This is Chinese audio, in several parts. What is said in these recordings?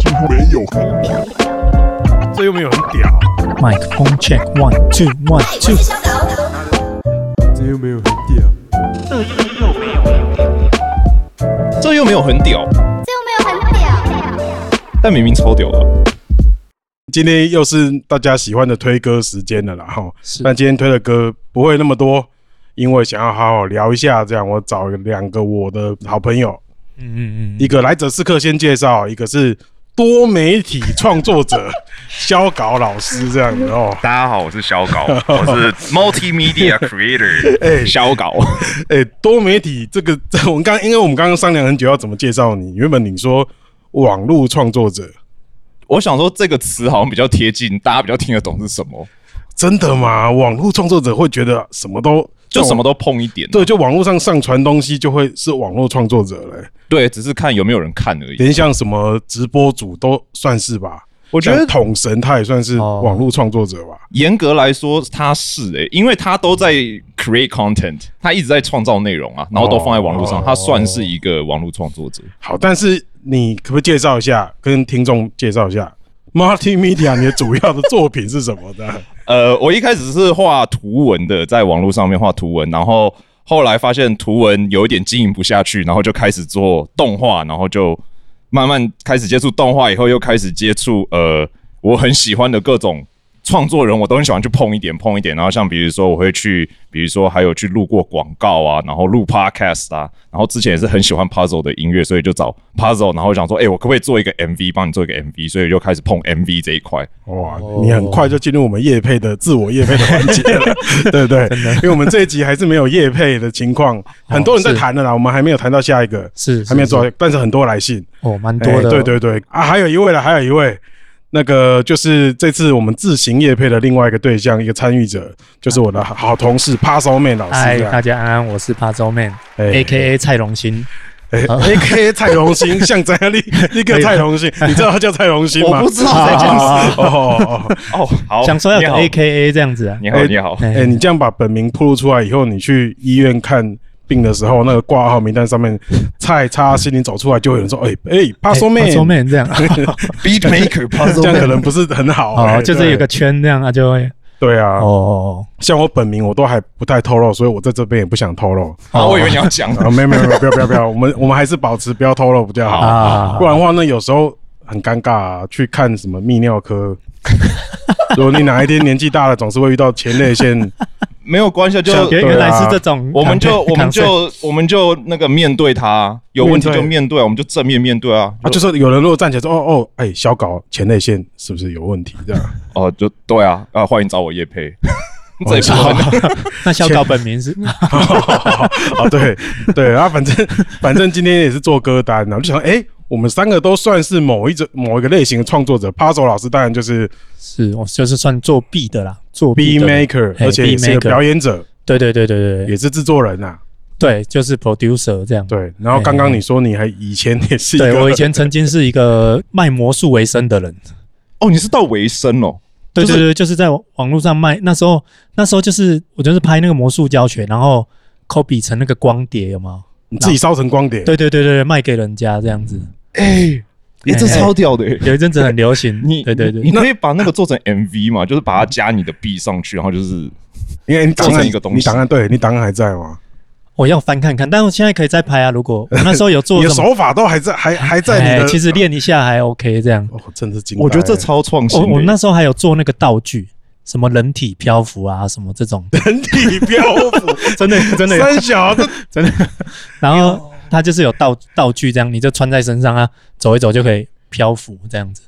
几乎没有。这又没有很屌，麦克风 check one two one two，这又没有很屌，这又没有很屌，这又没有很屌，但明明超屌的。今天又是大家喜欢的推歌时间了啦哈。是但今天推的歌不会那么多，因为想要好好聊一下，这样我找两个我的好朋友，嗯嗯嗯，一个来者是客先介绍，一个是多媒体创 作者肖稿老师这样子哦。大家好，我是小 搞，我是 multimedia creator。哎、小搞，嗯哎、多媒体这个， 这我们刚因为我们刚刚商量很久要怎么介绍你，原本你说网络创作者，我想说这个词好像比较贴近，大家比较听得懂是什么，真的吗？网络创作者会觉得什么都就什么都碰一点。对，就网络上上传东西就会是网络创作者了、对，只是看有没有人看而已。连像什么直播主都算是吧。我觉得像统神他也算是哦网络创作者吧。严格来说，他是诶、因为他都在 create content，他一直在创造内容啊，然后都放在网络上，他算是一个网络创作者。好，但是你可不可以介绍一下，跟听众介绍一下 multimedia 你的主要的作品是什么的？呃，我一开始是画图文的，在网络上面画图文，然后后来发现图文有一点经营不下去，然后就开始做动画，然后就慢慢开始接触动画，以后又开始接触呃我很喜欢的各种创作人，我都很喜欢去碰一点碰一点。然后像比如说我会去，比如说还有去录过广告啊，然后录 podcast 啊，然后之前也是很喜欢 puzzle 的音乐，所以就找 puzzle，然后想说，哎、我可不可以做一个 MV，帮你做一个 MV，所以就开始碰 MV 这一块。哇，你很快就进入我们叶配的自我叶配的环节了，对不对？因为我们这一集还是没有叶配的情况，很多人在是谈的啦，我们还没有谈到下一个，是还没有做做，但是很多来信，哦，蛮哎多的，对，对对啊，还有一位了，还有一位，那个就是这次我们自行业配的另外一个对象，一个参与者，就是我的啊好同事 p a s o Man 老嗨，师啊哎大家安安，我是帕周 man，A 哎 K A 蔡荣兴， ，A K 蔡荣 兴，像怎样？你那个蔡荣兴，你知道他叫蔡荣兴吗？啊知道在讲什么。哦，哦哦，好，想说要你个好 A K A 这样子啊，你好，哎你好，哎哎，你这样把本名暴露出来以后，你去医院看。病的时候，那个挂号名单上面蔡叉心里走出来，就会有人说：“哎、哎 p a s o 帕周 Man， man 这样，啊 Beat Maker 这 Puzzle 样可能不是很好。哎哦，就是有个对圈这样啊，就会对啊，哦，像我本名我都还不太透露，所以我在这边也不想透露啊，我以为你要讲啊。没有没有没有，不要不要不要，我们我们还是保持不要透露比较好，啊不，然的话呢，有时候很尴尬啊。去看什么泌尿科， 如果你哪一天年纪大了，总是会遇到前列腺。没有关系，就小原对啊原来是这种 concept，我们就我们 就我们就那个面对他，啊有问题就面对，啊我们就正面面对啊。啊，就就是有人如果站起来说：“哦哦，哎，小搞前列腺是不是有问题？”这样， 哦，就对啊，啊，欢迎找我叶佩， 这也不算那小搞本名是啊，对对啊，反正反正今天也是做歌单呢、我就想，哎、我们三个都算是某一种某一个类型的创作者。Puzzle 老师当然就是是我就是算作弊的啦，作 B 弊的 maker，嘿而且也是 beatmaker 个表演者，对对对对哎对也对，是制作人呐、对就是 producer 这样。对，然后刚刚你说你还以前也是一个，哎对我以前曾经是一个卖魔术为生的人，哦，你是到维生哦，对就对是对，就是在网络上卖。那时候那时候就是我就是拍那个魔术教学，然后 copy 成那个光碟，有吗？你自己烧成光碟，对对对对，对卖给人家这样子，哎，哎，这超屌的。哎有一阵子很流行。 你对对你对，可以把那个做成 MV 嘛，就是把它加你的 B 上去，然后就是因为你档做案成一个东西你档案对你档案还在吗？我要翻看看，但我现在可以再拍啊。如果我那时候有做你的什么，手法都还在，还还在哎你的。其实练一下还 OK 这样。哦，真是惊呆了，我觉得这超创新我哦的。我欸 那时候还有做那个道具，什么人体漂浮啊，什么这种，人体漂浮，真的 真有三小啊这然后它就是有道道具这样，你就穿在身上啊，走一走就可以漂浮这样子。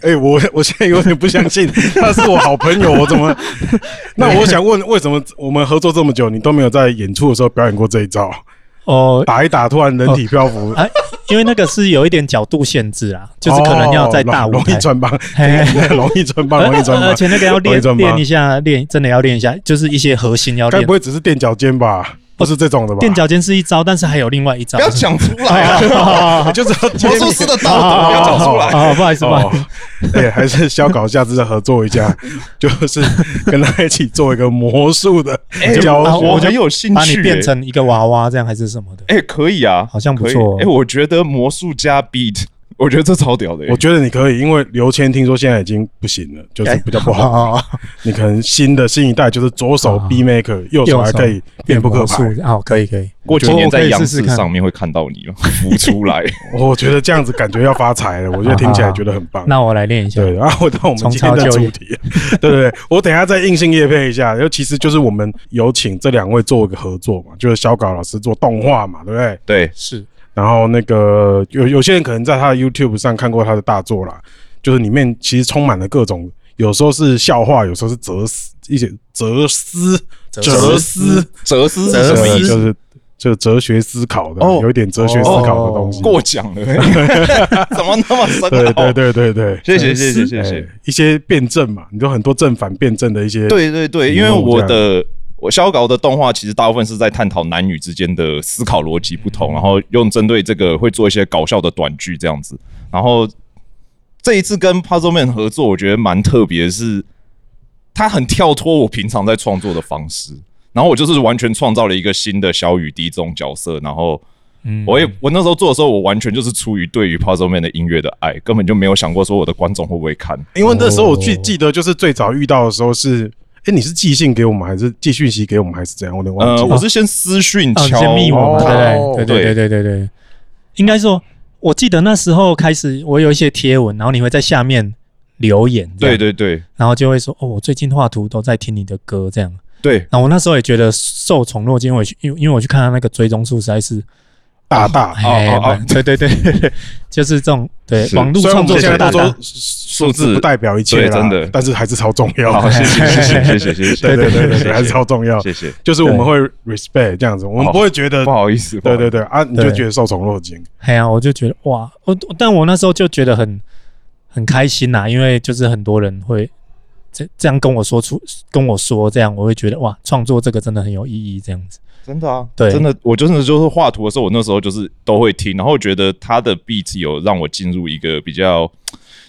哎、我 我现在有点不相信，他是我好朋友，我 怎么？那我想问，为什么我们合作这么久，你都没有在演出的时候表演过这一招？哦，打一打，突然人体漂浮， 啊，因为那个是有一点角度限制啦，就是可能要在大哦舞容容台呃 易。穿帮，嘿容易穿帮，而容易穿而帮而。且那个要容练易穿帮练一下，练真的要练一下，就是一些核心要该练不。会只是垫脚尖吧？不是这种的吧？垫脚尖是一招，但是还有另外一招不。要讲出来啊，啊就是要接哦魔术师的道德不要讲出来。哦，不好意思，不好意思。哦，哎，还是小搞，下次再合作一下，就是跟他一起做一个魔术的教啊学。我我就很有兴趣、把你欸变成一个娃娃这样还是什么的？ 哎、可以啊，好像不错哦可以哎、我觉得魔术加 beat 我觉得这超屌的、欸，我觉得你可以，因为刘谦听说现在已经不行了，就是比较不好。哦，你可能新的新一代就是左手哦 B maker，右手还可以变扑克牌。哦，可以可以，过几年在我可以央试试视看上面会看到你 浮出来。哦我觉得这样子感觉要发财了，我觉得听起来觉得很棒。那我来练一下。对，然后到我们今天的主题， 对对对，我等一下再硬性夜配一下，就其实就是我们有请这两位做个合作嘛，就是小搞老师做动画嘛，对不对？对，是然后那个有有些人可能在他的 YouTube 上看过他的大作啦，就是里面其实充满了各种，有时候是笑话，有时候是哲思，一些哲思、哲思，哲思对是什么意就思？是就哲学思考的，哦有一点哲学思考的东西。过奖 了、欸，怎么那么 深对奥？对对对对，谢谢谢谢谢哎谢。一些辩证嘛，你都很多正反辩证的一些，对对对，因为嗯我这的我肖搞的动画其实大部分是在探讨男女之间的思考逻辑不同，然后用针对这个会做一些搞笑的短剧这样子。然后这一次跟 Puzzle Man 合作，我觉得蛮特别，是他很跳脱我平常在创作的方式。然后我就是完全创造了一个新的小雨滴这种角色，然后嗯嗯我也我那时候做的时候，我完全就是出于对于 Puzzle Man 的音乐的爱，根本就没有想过说我的观众会不会看。因为那时候我哦记记得就是最早遇到的时候是，哎，你是寄信给我们还是寄讯息给我们还是怎样？我有点忘记呃，了。我是先私讯哦，你敲先密我嘛，哦对不对对对对对对对，应该说，我记得那时候开始，我有一些贴文，然后你会在下面留言，这样对，对对然后就会说，哦，我最近画图都在听你的歌，这样。对，然后我那时候也觉得受宠若惊，我也去，因为因为我去看他那个追踪数实在是大大哦哦哦对对对， 就是这种对是网络虽然创我们作现者在大都大说，数字不代表一切对啦，真的但是还是超重要好，的。谢谢 谢谢谢谢谢谢，对对对对谢对，还是超重要。谢谢，就是我们会 respect 这样子，我们不会觉得不，好意思，对对对啊，你就对觉得受宠若惊。哎呀，我就觉得哇，我但我那时候就觉得很很开心呐、因为就是很多人会这这样跟我说出跟我说这样，我会觉得哇，创作这个真的很有意义，这样子。真的啊，对真的，我真的就是画图的时候，我那时候就是都会听，然后觉得他的 beat 有让我进入一个比较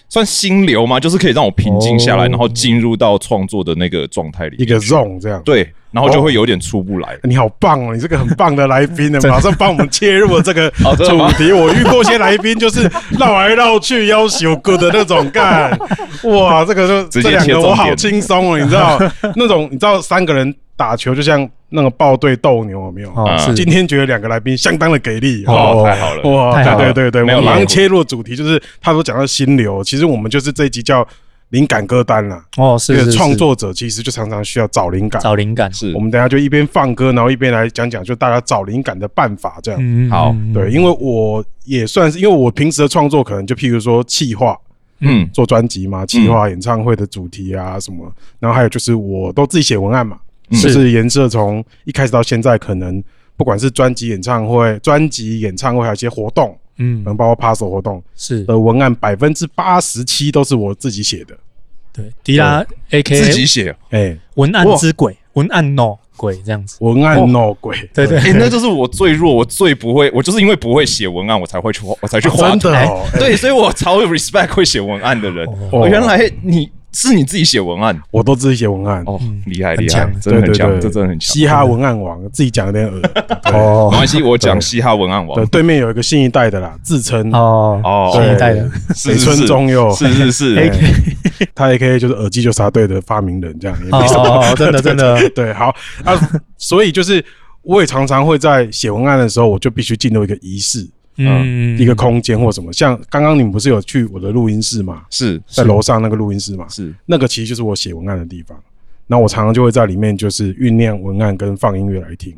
算心流嘛，就是可以让我平静下来，哦然后进入到创作的那个状态里一面，个 zone 这样。对，然后就会有点出不来。你好棒哦！你这个很棒的 来宾呢，马上帮我们切入了这个 哦真的主吗题。我遇过些来宾就是绕来绕去、要求 good 的那种 干，哇，这个就直这接切两个我重好点轻松哦，你知道 那种你知道三个人打球就像那个抱对斗牛有没有？哦，啊是今天觉得两个来宾相当的给力哦太好了哇，太好对了对对没对，有我们马拉上回切入主题，就是他都讲到心流，其实我们就是这一集叫灵感歌单啦。哦这是个是创是作者其实就常常需要找灵感，找灵感，是我们等一下就一边放歌，然后一边来讲讲，就大家找灵感的办法这样。嗯好对，，因为我也算是，因为我平时的创作可能就譬如说企划嗯做专辑嘛，企划演唱会的主题啊什么，然后还有就是我都自己写文案嘛，就是颜色从一开始到现在，可能不管是专辑演唱会、专辑演唱会，还有一些活动，嗯可能包括 p a s s 活动是的文案，百分之八十七都是我自己写的。对迪拉 A 自 K 己写，哎、文案哇之鬼，文案 no 鬼这样子，文案 no 鬼，哦对对哎，那就是我最弱，我最不会，我就是因为不会写文案，我才会去画，我才去画 真图的哦、哎对，所以我超 respect 会写文案的人。哦哦，原来你是你自己写文案我都自己写文案。哦，厉害很厉害强，真的很嗯强，对对对这真的很强。嘻哈文案王自己讲有点 恶哦没关系，我讲嘻哈文案王对，。对面有一个新一代的啦，自称哦哦新一对代的是北是村是中哎佑是是是，对 他 A K 就是耳机就杀队的发明人，这样也哦没什么。哦真的真的 对，好啊，所以就是我也常常会在写文案的时候，我就必须进入一个仪式，嗯一个空间或什么。像刚刚你们不是有去我的录音室嘛，是在楼上那个录音室嘛，是，那个其实就是我写文案的地方。那我常常就会在里面就是酝酿文案跟放音乐来听。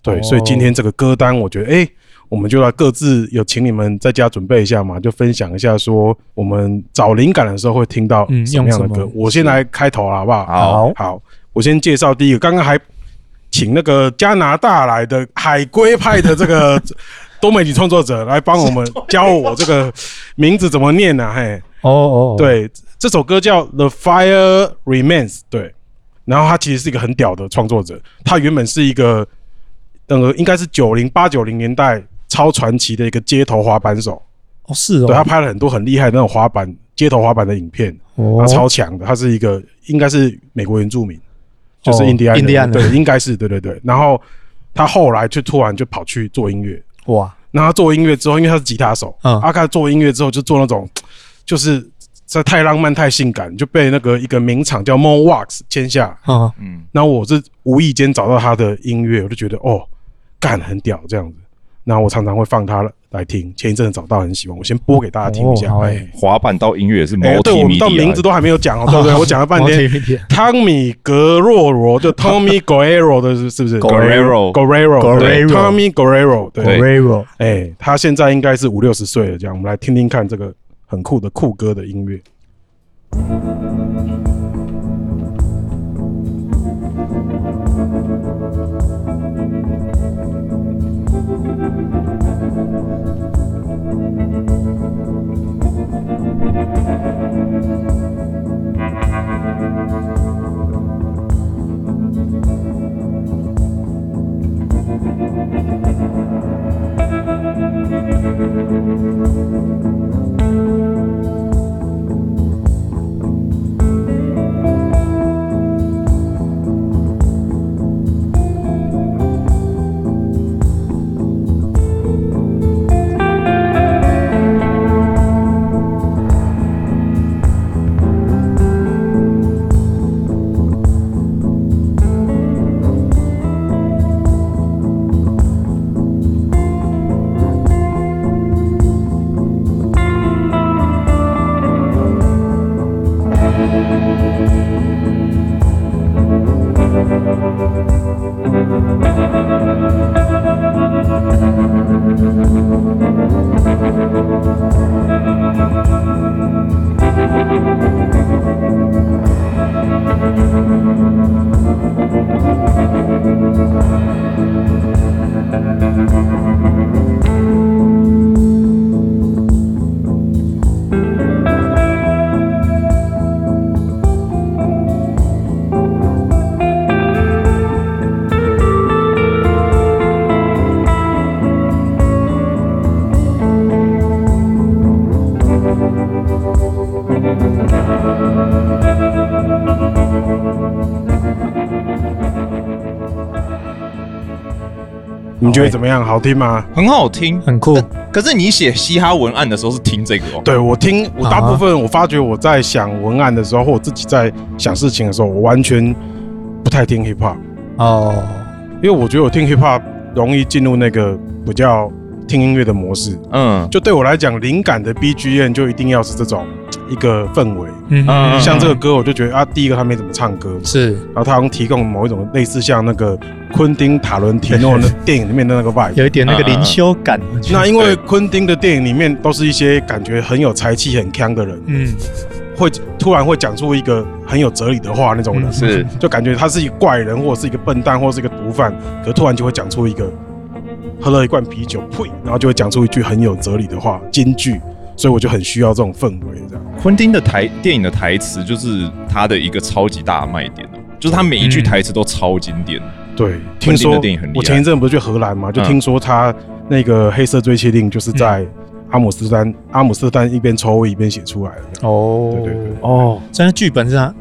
对，哦所以今天这个歌单，我觉得哎、诶我们就来各自有请你们在家准备一下嘛，就分享一下说我们找灵感的时候会听到嗯什么样的用什歌么。我先来开头啦好不好？哦好好，我先介绍第一个，刚刚还请那个加拿大来的海归派的这 个多媒体创作者来帮我们教我这个名字怎么念呢、啊？嘿。哦哦，哦，对，这首歌叫《The Fire Remains》。对，然后他其实是一个很屌的创作者，他原本是一个那个应该是九零八九零年代超传奇的一个街头滑板手，哦是哦，对他拍了很多很厉害的那种滑板街头滑板的影片，他哦超强的，他是一个应该是美国原住民，就是哦印第安人，印第安人对，应该是对对对。然后他后来就突然就跑去做音乐，哇然后他做音乐之后，因为他是吉他手，嗯阿卡做音乐之后就做那种，就是这太浪漫、太性感，就被那个一个名厂叫 Mon Wax 签下。嗯嗯，然后我是无意间找到他的音乐，我就觉得哦，干很屌这样子。然后我常常会放他来听，前一阵子找到很喜欢，我先播给大家听一下。哦好哎、欸滑板到音乐也是哎 multimedia，对，我们到啊名字都还没有讲哦，对不 对？我讲了半天，汤米格洛罗，就 Tommy Guerrero 的是是不是 Guerrero Guerrero 对 Guerrero Tommy Guerrero 对对， ，Rero，哎，他现在应该是五六十岁了，这样我们来听听看这个很酷的酷哥的音乐。你觉得怎么样？好听吗？很好听。很酷，可是你写嘻哈文案的时候是听这个哦，对我听，我大部分我发觉我在想文案的时候，或我自己在想事情的时候，我完全不太听 hip hop，哦，因为我觉得我听 hip hop 容易进入那个比较听音乐的模式。嗯，就对我来讲，灵感的 BGM 就一定要是这种一个氛围。嗯嗯像这个歌，我就觉得啊，第一个他没怎么唱歌，是然后他好像提供某一种类似像那个昆汀塔伦提诺的电影里面的那个 vibe。有一点那个灵修感，我觉得那因为昆汀的电影里面都是一些感觉很有才气、很强的人，嗯会突然会讲出一个很有哲理的话那种人，嗯是就感觉他是一个怪人，或者是一个笨蛋，或者是一个毒贩，可突然就会讲出一个喝了一罐啤酒，呸，然后就会讲出一句很有哲理的话，金句。所以我就很需要这种氛围，这样。昆汀的台电影的台词就是他的一个超级大的卖点哦就是他每一嗯句台词都超经典。对，昆汀听的说电影很厉害我前一阵不是去荷兰嘛，就嗯听说他那个《黑色追窃令》就是在阿姆斯特丹，阿姆斯特丹一边抽一边写出来的，哦对对对哦，虽然剧本是他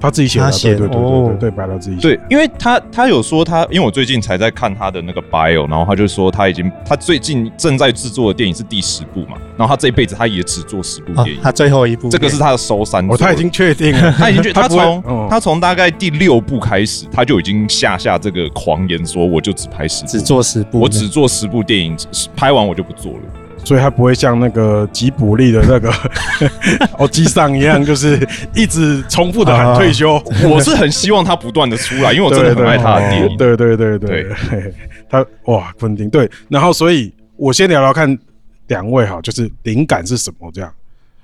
他自己写的啊，他对写对对对哦对，对白了自己写的。对，因为他他有说他，因为我最近才在看他的那个 bio，然后他就说他已经他最近正在制作的电影是第十部嘛，然后他这一辈子他也只做十部啊电影，他最后一部这个是他的收山哦，作了。他已经确定了，他已经觉得他不会从哦他从大概第六部开始，他就已经下下这个狂言说，我就只拍十部，只做十部，我只做十部电影，拍完我就不做了。所以他不会像那个吉卜力的那个哦机上一样，就是一直重复的喊退休。我是很希望他不断的出来，因为我对真的对很对爱他的电影。对对对对对，嘿他哇，昆汀对，然后所以我先聊聊看两位哈，就是灵感是什么这样？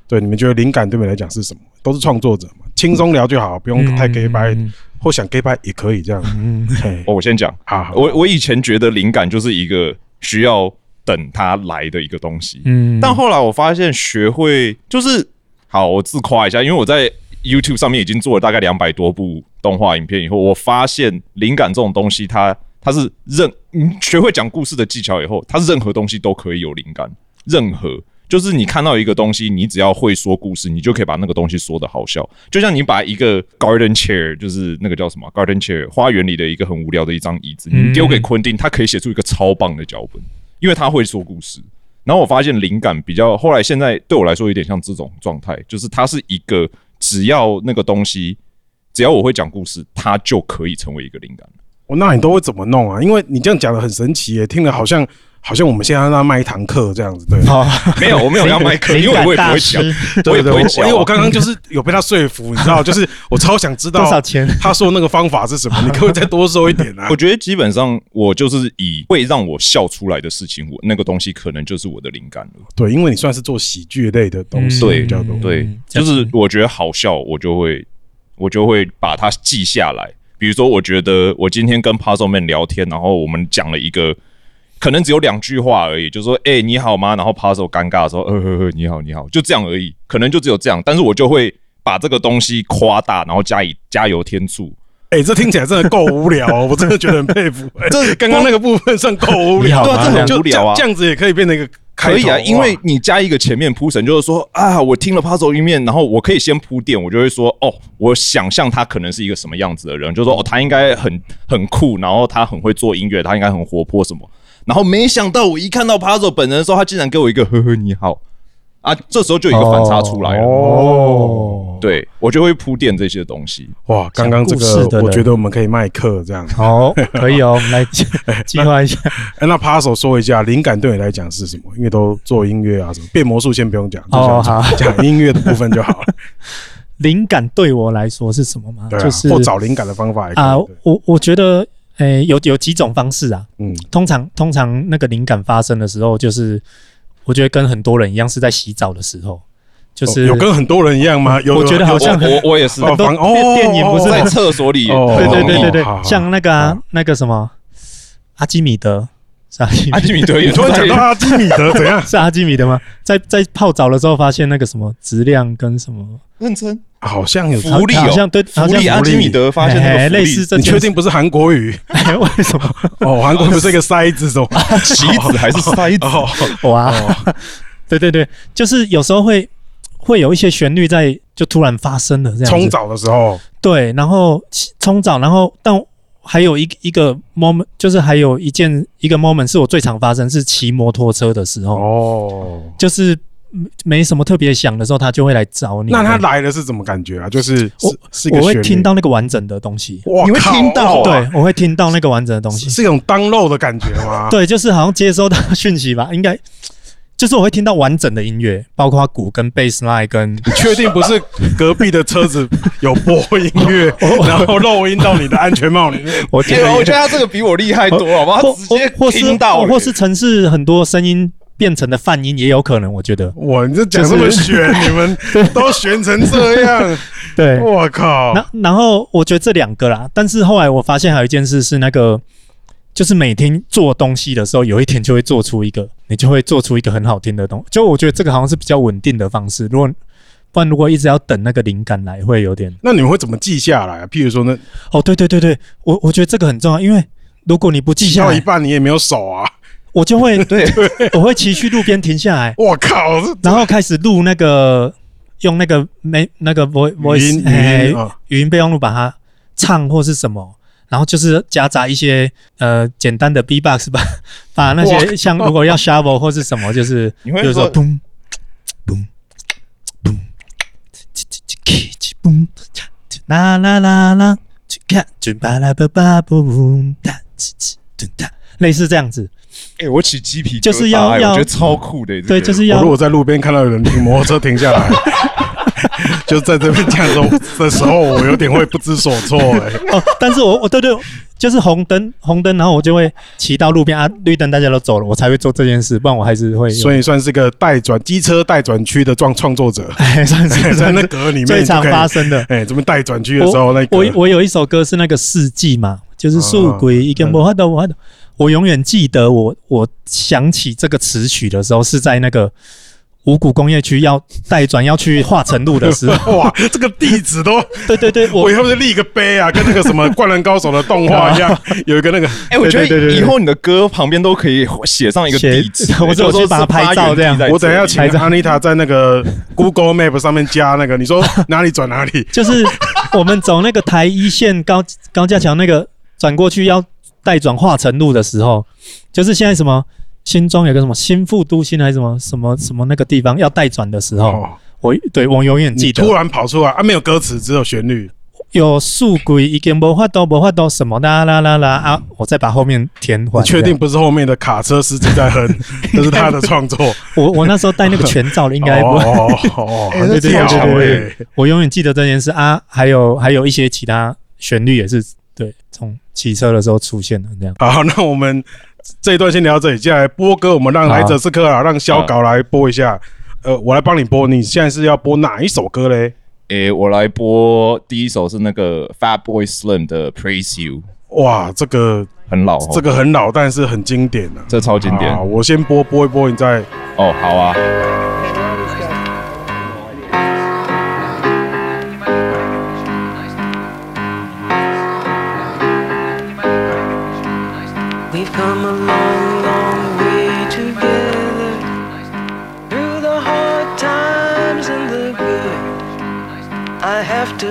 对，你们觉得灵感对你们来讲是什么？都是创作者嘛，轻松聊就好，不用太 gay 掰，或想 gay 掰也可以这样。嗯，嘿，哦，我先讲，好，好我我以前觉得灵感就是一个需要等它来的一个东西，嗯，但后来我发现学会就是好，我自夸一下，因为我在 YouTube 上面已经做了大概两百多部动画影片以后，我发现灵感这种东西它，它是任你学会讲故事的技巧以后，它任何东西都可以有灵感，任何。就是你看到一个东西，你只要会说故事，你就可以把那个东西说的好笑。就像你把一个 garden chair，就是那个叫什么 garden chair，花园里的一个很无聊的一张椅子，你丢给嗯昆汀，他可以写出一个超棒的脚本。因为他会说故事。然后我发现灵感比较，后来现在对我来说有点像这种状态，就是它是一个只要那个东西，只要我会讲故事，它就可以成为一个灵感。哦，那你都会怎么弄啊？因为你这样讲的很神奇耶，听了好像好像我们现在在卖一堂课这样子，对。好，没有，我没有要麦克，因为我也不会讲，我也对对不会啊对，讲。我因为我刚刚就是有被他说服，你知道，就是我超想知多道少钱？他说那个方法是什么，你可不可以再多说一点啊我？觉得基本上我就是以会让我笑出来的事情，我那个东西可能就是我的灵感了。对，因为你算是做喜剧类的东西对比较多。对嗯，这就样是我觉得好笑，我就会我就会把它记下来。比如说，我觉得我今天跟 Puzzle Man 聊天，然后我们讲了一个可能只有两句话而已，就说“哎、你好吗？”然后 Puzzle 尴尬说“呃呃呃，你好，你好”，就这样而已，可能就只有这样。但是我就会把这个东西夸大，然后加以加油添醋。哎、这听起来真的够无聊、哦，我真的觉得很佩服、哎这刚 刚那个部分算够无聊，你好吧对啊这这很很无无聊聊啊啊这样子也可以变成一个开可头以啊，因哇为你加一个前面铺陈，就是说啊，我听了 Puzzle 一面，然后我可以先铺垫，我就会说哦，我想象他可能是一个什么样子的人，就说哦，他应该很很酷，然后他很会做音乐，他应该很活泼什么。然后没想到我一看到 Puzzle 本人的时候，他竟然给我一个呵呵你好啊，这时候就有一个反差出来了。啊哦，对我就会铺垫这些东西。哇，刚刚这讲故事的个人我觉得我们可以卖课这样。好，可以哦，我们来 计计划一下。哎、那 p a s o 说一下，灵感对你来讲是什么？因为都做音乐啊什么，变魔术先不用讲，就哦讲好讲音乐的部分就好了。灵感对我来说是什么吗？对啊，就是或找灵感的方法也可以。啊，对我我觉得，诶，有有几种方式啊。嗯，通常通常那个灵感发生的时候，就是我觉得跟很多人一样是在洗澡的时候，就是哦有跟很多人一样吗？有，我觉得好像我我我也 是哦，房哦，电影不是在厕所里，哦对对对对好好好对，像那个啊那个什么阿基米德是阿基阿米？基米德也你突然在讲到阿基米德怎样是阿基米德吗？在在泡澡的时候发现那个什么质量跟什么认真好像有，福利哦，好像对好福像利，阿基米德发现那哎个福利类似这你件确事定不是韩国语？哎 为什么哦，韩国语不是一个塞子什么？ 棋子还是塞子？哦，哇？哦 对对对，就是有时候会会有一些旋律在就突然发生了这样子冲澡的时候，对，然后冲澡，然后但还有一一个 moment，就是还有一件一个 moment 是我最常发生是骑摩托车的时候，哦，就是嗯没什么特别想的时候，他就会来找你。那他来了是怎么感觉啊？就是我是是一个我会旋律听，到那个完整的东西，哇你会靠听哇到对我会听到那个完整的东是啊西，是一种当漏的感觉吗？对，就是好像接收到讯息吧，应该。就是我会听到完整的音乐，包括鼓跟 bass line 跟你确定不是隔壁的车子有播音 乐，哦然后漏音到你的安全帽里面？我因觉为得啊我觉得他这个比我厉害多，好不好？或直接或或是听到或欸，或是城市很多声音变成的泛音也有可能，我觉得哇，你这讲这么悬，你们都悬成这样， 对我靠！那然后我觉得这两个啦，但是后来我发现还有一件事是那个，就是每天做东西的时候，有一天就会做出一个，你就会做出一个很好听的东西。就我觉得这个好像是比较稳定的方式，如果不然如果一直要等那个灵感来，会有点那你们会怎么记下来、啊？譬如说呢，哦，对对对对，我我觉得这个很重要，因为如果你不记记下到一来，半你也没有手啊！我就会 对， 我会骑去路边停下来，我靠，这然后开始录那个用那个没那个 voice 语 voice 音语哎音啊，语音备忘录把它唱或是什么，然后就是夹杂一些呃简单的 B-box 吧，把那哇些像如果要 shovel 或是什么，就是你会比如说说嘣嘣嘣，叽叽叽叽叽嘣，啦啦啦啦，去看准巴拉巴巴嘣，哒叽叽咚哒，类似这样子，哎，我起鸡皮疙瘩，就是要哎要我觉得超酷的，对，就是我要如果在路边看到有人停摩托车停 下来，就在这边讲的的时候，我有点会不知所措、 欸。哦，但是我我对对，就是红灯红灯，然后我就会骑到路边啊，绿灯大家都走了，我才会做这件事，不然我还是会有。，所以算是个代转机车代转区的创创作者 哎，算 是 在算那是格里面最常就可以发生的。哎、这边代转区的时候，那我个我有一首歌是那个四季嘛，就是树鬼一个嗯摩哈的摩哈的，我永远记得我我想起这个词曲的时候是在那个五谷工业区要带转要去化成路的时 候。哇，这个地址都，对对对，我我以后就立一个碑啊，跟那个什么《灌篮高手》的动画 一样，有一个那个，哎，我觉对对得对对以后你的歌旁边都可以写上一个写地址， 我就我去说把它是拍照发源地这样，在我等一下里请 Anita 在那个 Google Map 上面加那个，你说哪里转哪里就是我们走那个台一线高高架桥那个转过去要带转化成路的时候，就是现在什么新庄有个什么新富都心还是什么什么什么那个地方要待转的时候，哦，我对我永远你记得突然跑出来啊，没有歌词，只有旋律，有数轨已经无法度无法度什么啦啦啦啦啊，我再把后面填你完。确定？不是后面的卡车司机在哼，这是他的创作，我我那时候戴那个全罩 的，应 该不哦会。哦哦，哎那很屌超强欸哎，我永远记得这件事啊，还有还有一些其他旋律也是对，从骑车的时候出现的这样。 好，那我们这一段先聊到这里。接下来播歌，我们让来者是客啊，让肖搞来播一下。呃，我来帮你播，你现在是要播哪一首歌嘞？诶、哎我来播第一首是那个 Fat Boy Slim 的 Praise You，哇，这个很老、哦，这个很老，但是很经典啊。这超经典啊我先播播一播，你再哦，好啊。 We've come a long, long way together through the hard times and the good. I have to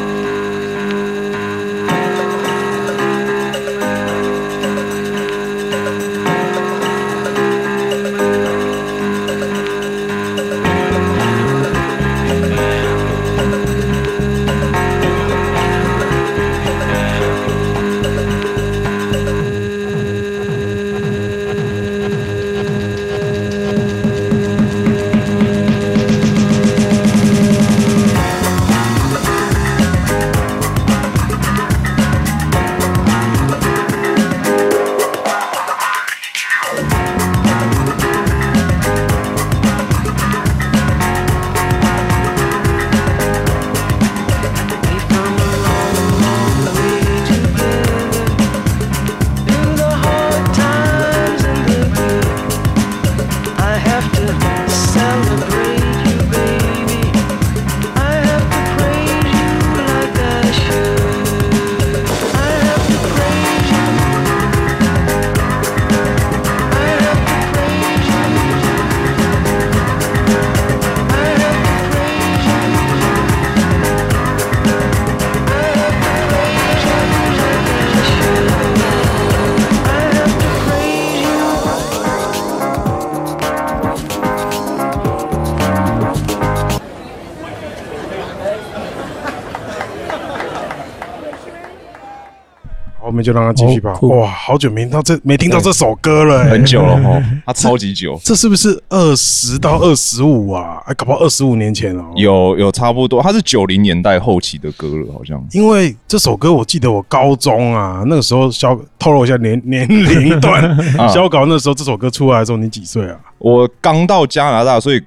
We've come a long, long way together through the hard times and the good. I have to celebrate you, baby. I have to praise you like I should. I have to praise you. I have to praise you. I have to praise you. 好我们就让它继续吧哦。酷哇，好久没听到这没听到这首歌了，哎很久了 哦，它超级久，这是不是二十到二十五啊？哎，搞不好二十五年前哦。，有有差不多，它是九零年代后期的歌了，好像。因为这首歌我记得我高中啊，那个时候肖透露一下年年龄 段，啊肖搞那时候这首歌出来的时候你几岁啊？我刚到加拿大，所以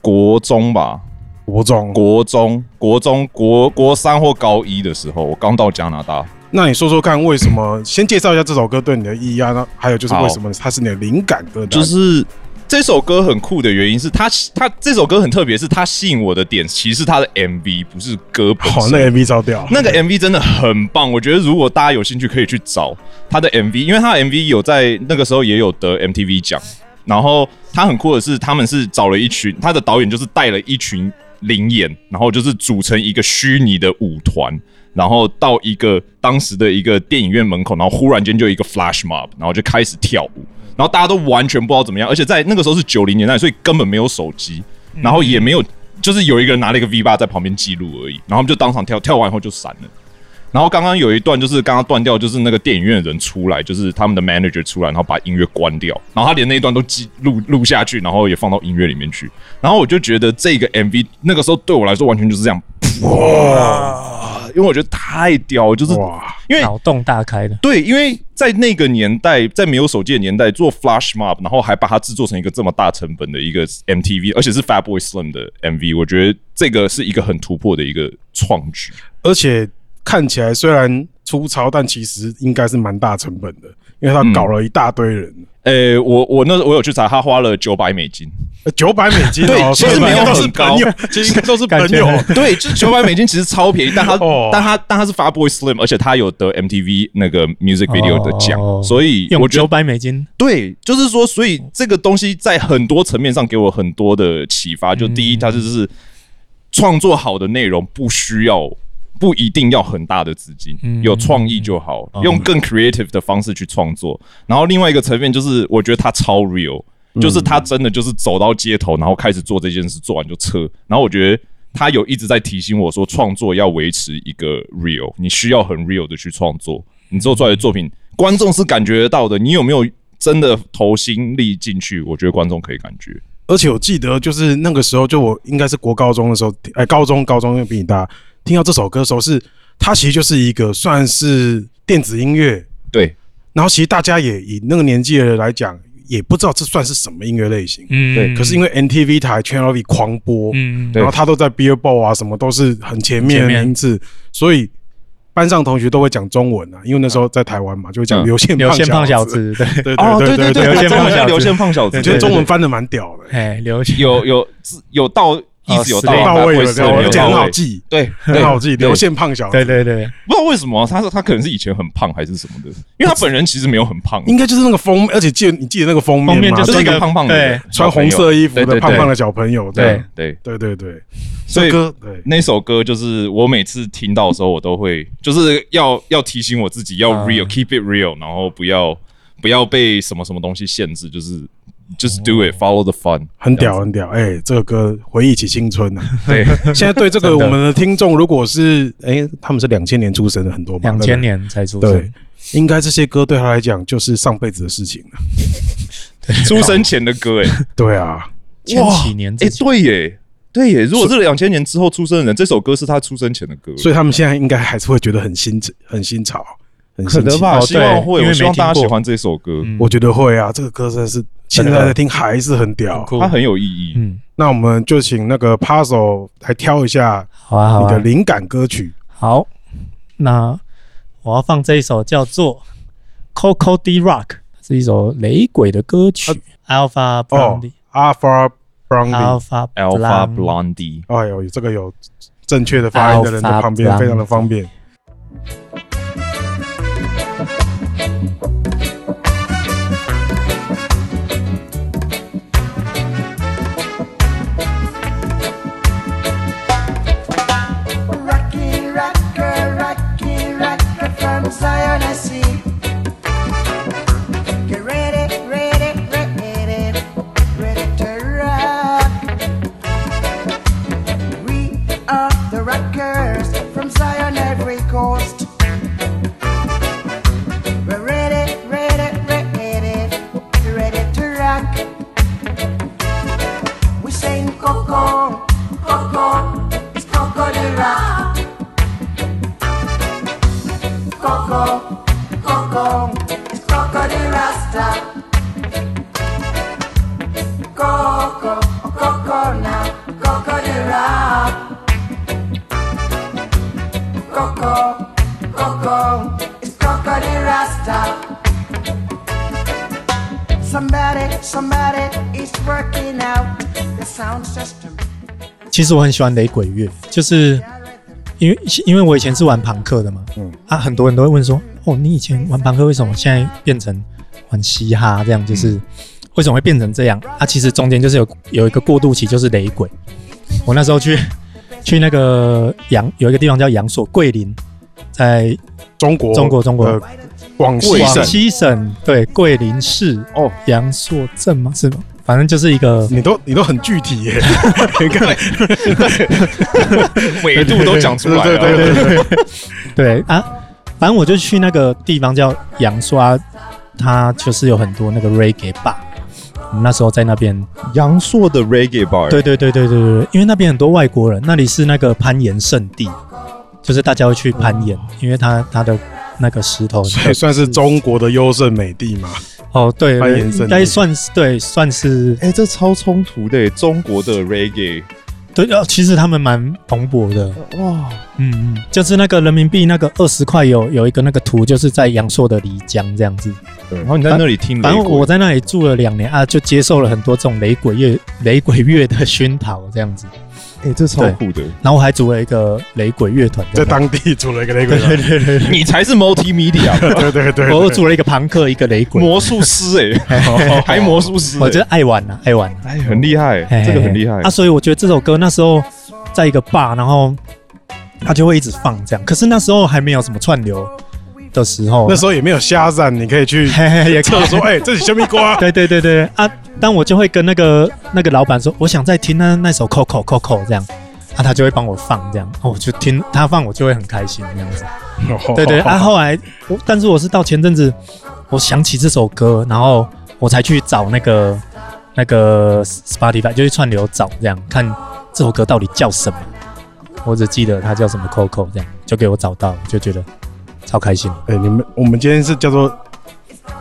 国中吧，国中。国中、国中、国国三或高一的时候，我刚到加拿大。那你说说看，为什么？先介绍一下这首歌对你的意义啊，那还有就是为什么它是你的灵感歌单？就是这首歌很酷的原因是它，它这首歌很特别，是它吸引我的点，其实是它的 MV 不是歌本好，身。那个 MV 超屌，哦那个 MV 真的很棒，我觉得如果大家有兴趣，可以去找他的 MV，因为他的 MV 有在那个时候也有得 MTV 奖。然后他很酷的是，他们是找了一群，他的导演就是带了一群灵演，然后就是组成一个虚拟的舞团，然后到一个当时的一个电影院门口，然后忽然间就一个 flash mob，然后就开始跳舞，然后大家都完全不知道怎么样，而且在那个时候是九零年代，所以根本没有手机，然后也没有，就是有一个人拿了一个 V 八在旁边记录而已，然后他们就当场跳，跳完以后就散了。然后刚刚有一段就是刚刚断掉，就是那个电影院的人出来，就是他们的 manager 出来，然后把音乐关掉，然后他连那一段都记录录下去，然后也放到音乐里面去。然后我就觉得这个 MV 那个时候对我来说完全就是这样，哇！因为我觉得太屌了，就是哇，因 为脑洞大开的，对，因为在那个年代，在没有手机的年代，做 Flash Mob，然后还把它制作成一个这么大成本的一个 MTV，而且是 Fatboy Slim 的 MV，我觉得这个是一个很突破的一个创举。而且看起来虽然粗糙，但其实应该是蛮大成本的，因为嗯他搞了一大堆人，诶，呃我我那我有去查，他花了九百美金，九百美金哦，对所以其实没应有该都是很高朋友，其实应该都是朋友感对，就是九百美金其实超便宜，但他、哦但他但他是 Fatboy Slim，而且他有得 MTV 那个 Music Video 的奖，哦所以用我觉九得百美金对，就是说，所以这个东西在很多层面上给我很嗯多的启发。就第一，它就是创作好的内容不需要。不一定要很大的资金，嗯有创意就好，嗯用更 creative 的方式去创作。然后另外一个层面就是，我觉得他超 real，就是他嗯真的就是走到街头，然后开始做这件事，做完就撤。然后我觉得他有一直在提醒我说，创作要维持一个 real，你需要很 real 的去创作，你做出来的作品，观众是感觉得到的。你有没有真的投心力进去？我觉得观众可以感觉。而且我记得就是那个时候，就我应该是国高中的时候，哎，高中高中因为比你大，听到这首歌的时候是，它其实就是一个算是电子音乐，对，然后其实大家也以那个年纪的人来讲，也不知道这算是什么音乐类型。嗯，对可是因为 NTV 台 Channel V 狂播，嗯，对然后他都在 Billboard 啊，什么都是很前面前的面名字，所以班上同学都会讲中文啊，因为那时候在台湾嘛，就会讲嗯流线流线胖小小，子，对， 对哦，对对对对，流他线中胖文小叫子流线胖小子，我觉得中对对文翻的蛮屌的，哎，流线有有有到意思有对到位会了，是对而有且很到好位，记，对，很好记，对流线胖小子，对对对，不知道为什么他他可能是以前很胖还是什么的，因为他本人其实没有很胖，应该就是那个封，而且记得你记得那个封封面面吗？就就是一那个个胖胖的对穿红色衣服对的对对胖胖的小朋友，这对样对，对对对，所以这歌对那首歌就是我每次听到的时候，我都会就是要要提醒我自己要啊 real，keep it real，然后不要不要被什么什么东西限制，就是。Just do it, follow the fun，很屌很屌，哎，这个歌回忆起青春呐。这样子。现在对这个真的我们的听众，如果是哎，他们是两千年出生的很多吧，两对千不对年才出对生，，应该这些歌对他来讲就是上辈子的事情了。对，出生前的歌，哎，对啊，千哇禧年之哎，前对耶，对耶。如果是两千年之后出生的人，这首歌是他出生前的歌，所以他们现在应该还是会觉得很新很新潮，很可新能奇。吧？哦希望对会，因为我没希望大家听过喜欢这首歌，嗯我觉得会啊，这个歌真的是现在在听还是很屌。酷它很有意义。嗯，那我们就请那个 Puzzle 来挑一下好啊好你的啊，灵感歌曲。好，那我要放这一首叫做《Coco D Rock》，是一首雷鬼的歌曲，Alpha 哦 Blondie。 ，Alpha Brownlee， Alpha Alpha Blonde Blondie，哎呦，这个有正确的发音的人在旁边， Alpha 非常的方便。 Rocky rocker, rocky rocker from Zionese. Get ready, ready, ready, ready to rock. We are the rockers from Zion every coast. We're ready, ready, ready, ready to rock. We sing Coco, Coco, it's Coco de Rock. Coco, Coco, it's Coco de Rasta. Coco, Coco now, Coco de Rock. Coco, Coco, it's Coco de Rasta. Somebody, somebody is working out the sound system. 其实我很喜欢雷鬼乐，就是因为因为我以前是玩朋克的嘛，嗯啊，很多人都会问说，哦，你以前玩朋克为什么现在变成玩嘻哈这样？就是、为什么会变成这样？啊，其实中间就是有有一个过渡期，就是雷鬼。 我那时候去去那个阳有一个地方叫阳朔桂林，在中国，中国中国呃，广西贵广省，西省对桂林市哦阳朔镇吗？是吗？反正就是一个你都你都很具体 耶，你看，纬度都讲出来了。对对对对对，对啊，反正我就去那个地方叫杨刷，它就是有很多那个 reggae bar。我们那时候在那边，阳朔的 Reggae Bar，对对对对对对，因为那边很多外国人，那里是那个攀岩圣地，就是大家会去攀哦岩，因为它它的那个石头所以算是中国的优胜美地嘛。 哦，对，攀岩圣地应该算是对，算是哎，这超冲突的，中国的 Reggae，对。呃，其实他们蛮蓬勃的，哇，嗯嗯，就是那个人民币那个二十块有有一个那个图，就是在阳朔的漓江这样子。然后你在那里听雷反正我鬼，在那里住了两年啊，就接受了很多这种雷鬼乐、雷鬼乐的熏陶这样子。哎，这超酷的，然后我还组了一个雷鬼乐团，在当地组了一个雷鬼团，你才是 Multimedia 对对对，我我对组了一个朋克，一个雷鬼，魔术师哎，还魔术师，我觉得爱啊玩啊，爱玩啊，哎很厉害嘿，嘿这个很厉害啊。所以我觉得这首歌那时候在一个 bar，然后它就会一直放这样。可是那时候还没有什么串流的时候，啊那时候也没有瞎赞，你可以去嘿嘿也可厕以，所，哎，这是小蜜 瓜对对对对啊！但我就会跟那个那个老板说，我想再听那那首 Coco Coco 这样，啊，他就会帮我放这样，哦我就听他放，我就会很开心这样子。对对啊，后来我，但是我是到前阵子，我想起这首歌，然后我才去找那个那个 Spotify，就去串流找这样看这首歌到底叫什么。我只记得它叫什么 Coco 这样，就给我找到，我就觉得超开心。哎，你们我们今天是叫做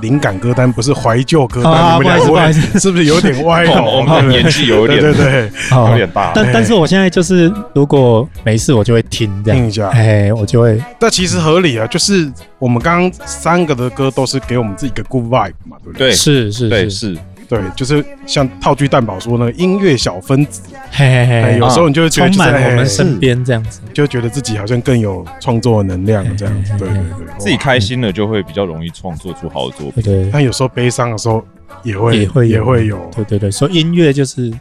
灵感歌单，不是怀旧歌啊单，你们不好意两位思不好意思哦是不是有啊点歪哦 我头？们年纪有对点对对，好有点大，哎但但是我现在就是，如果没事，我就会听这样，听一下哎，我就会，但其实合理啊，就是我们刚刚三个的歌都是给我们自己一个 good vibe 嘛，对不对？对是是对是，是，对，就是像套句蛋堡说那个音乐小分子，嘿嘿哎，嘿有，时候你就会觉得哦充就是满我们哎身边这样子，就觉得自己好像更有创作的能量这样子。嗯对对对，自己哇。开心了就会比较容易创作出好的作品。对对对但有时候悲伤的时候也嗯会也会有也会有，对对对，所以音乐就是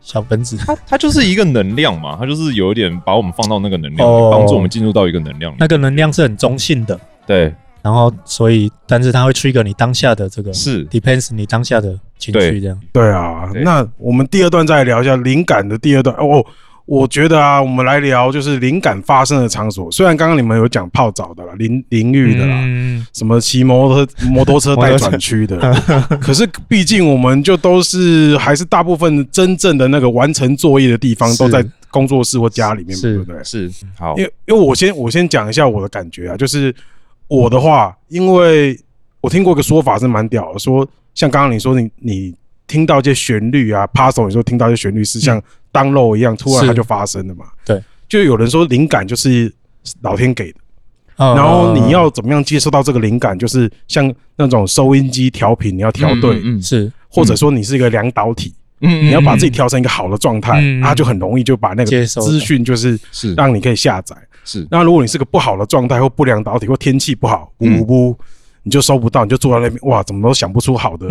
小分 子，它它就是一个能量嘛，它就是有点把我们放到那个能量哦里，帮助我们进入到一个能量里。那个能量是很中性的，对，然后所以，但是它会 trigger 你当下的这个是，depends 你当下的情绪对这样，对啊，对那我们第二段再聊一下灵感的第二段哦。我觉得啊，我们来聊就是灵感发生的场所。虽然刚刚你们有讲泡澡的啦、淋淋浴的啦，嗯，什么骑摩托车摩托车带转 区的，可是毕竟我们就都是还是大部分真正的那个完成作业的地方是都在工作室或家里面嘛，是对不对？是好因为因为我先我先讲一下我的感觉啊，就是我的话，因为我听过一个说法是蛮屌的，说像刚刚你说你你听到一些旋律啊，puzzle 你说听到一些旋律是嗯像当肉一样，突然是它就发生了嘛。对，就有人说灵感就是老天给的，嗯然然后你要怎么样接收到这个灵感，就是像那种收音机调频，你要调对，嗯是或者说你是一个两导体，嗯你要把自己嗯调成一个好的状态，嗯它就很容易就把那个接收到资讯就是是让你可以下载。是那如果你是个不好的状态或不良导体或天气不好，嗯呜呜，你就收不到，你就坐在那边，哇，怎么都想不出好的、嗯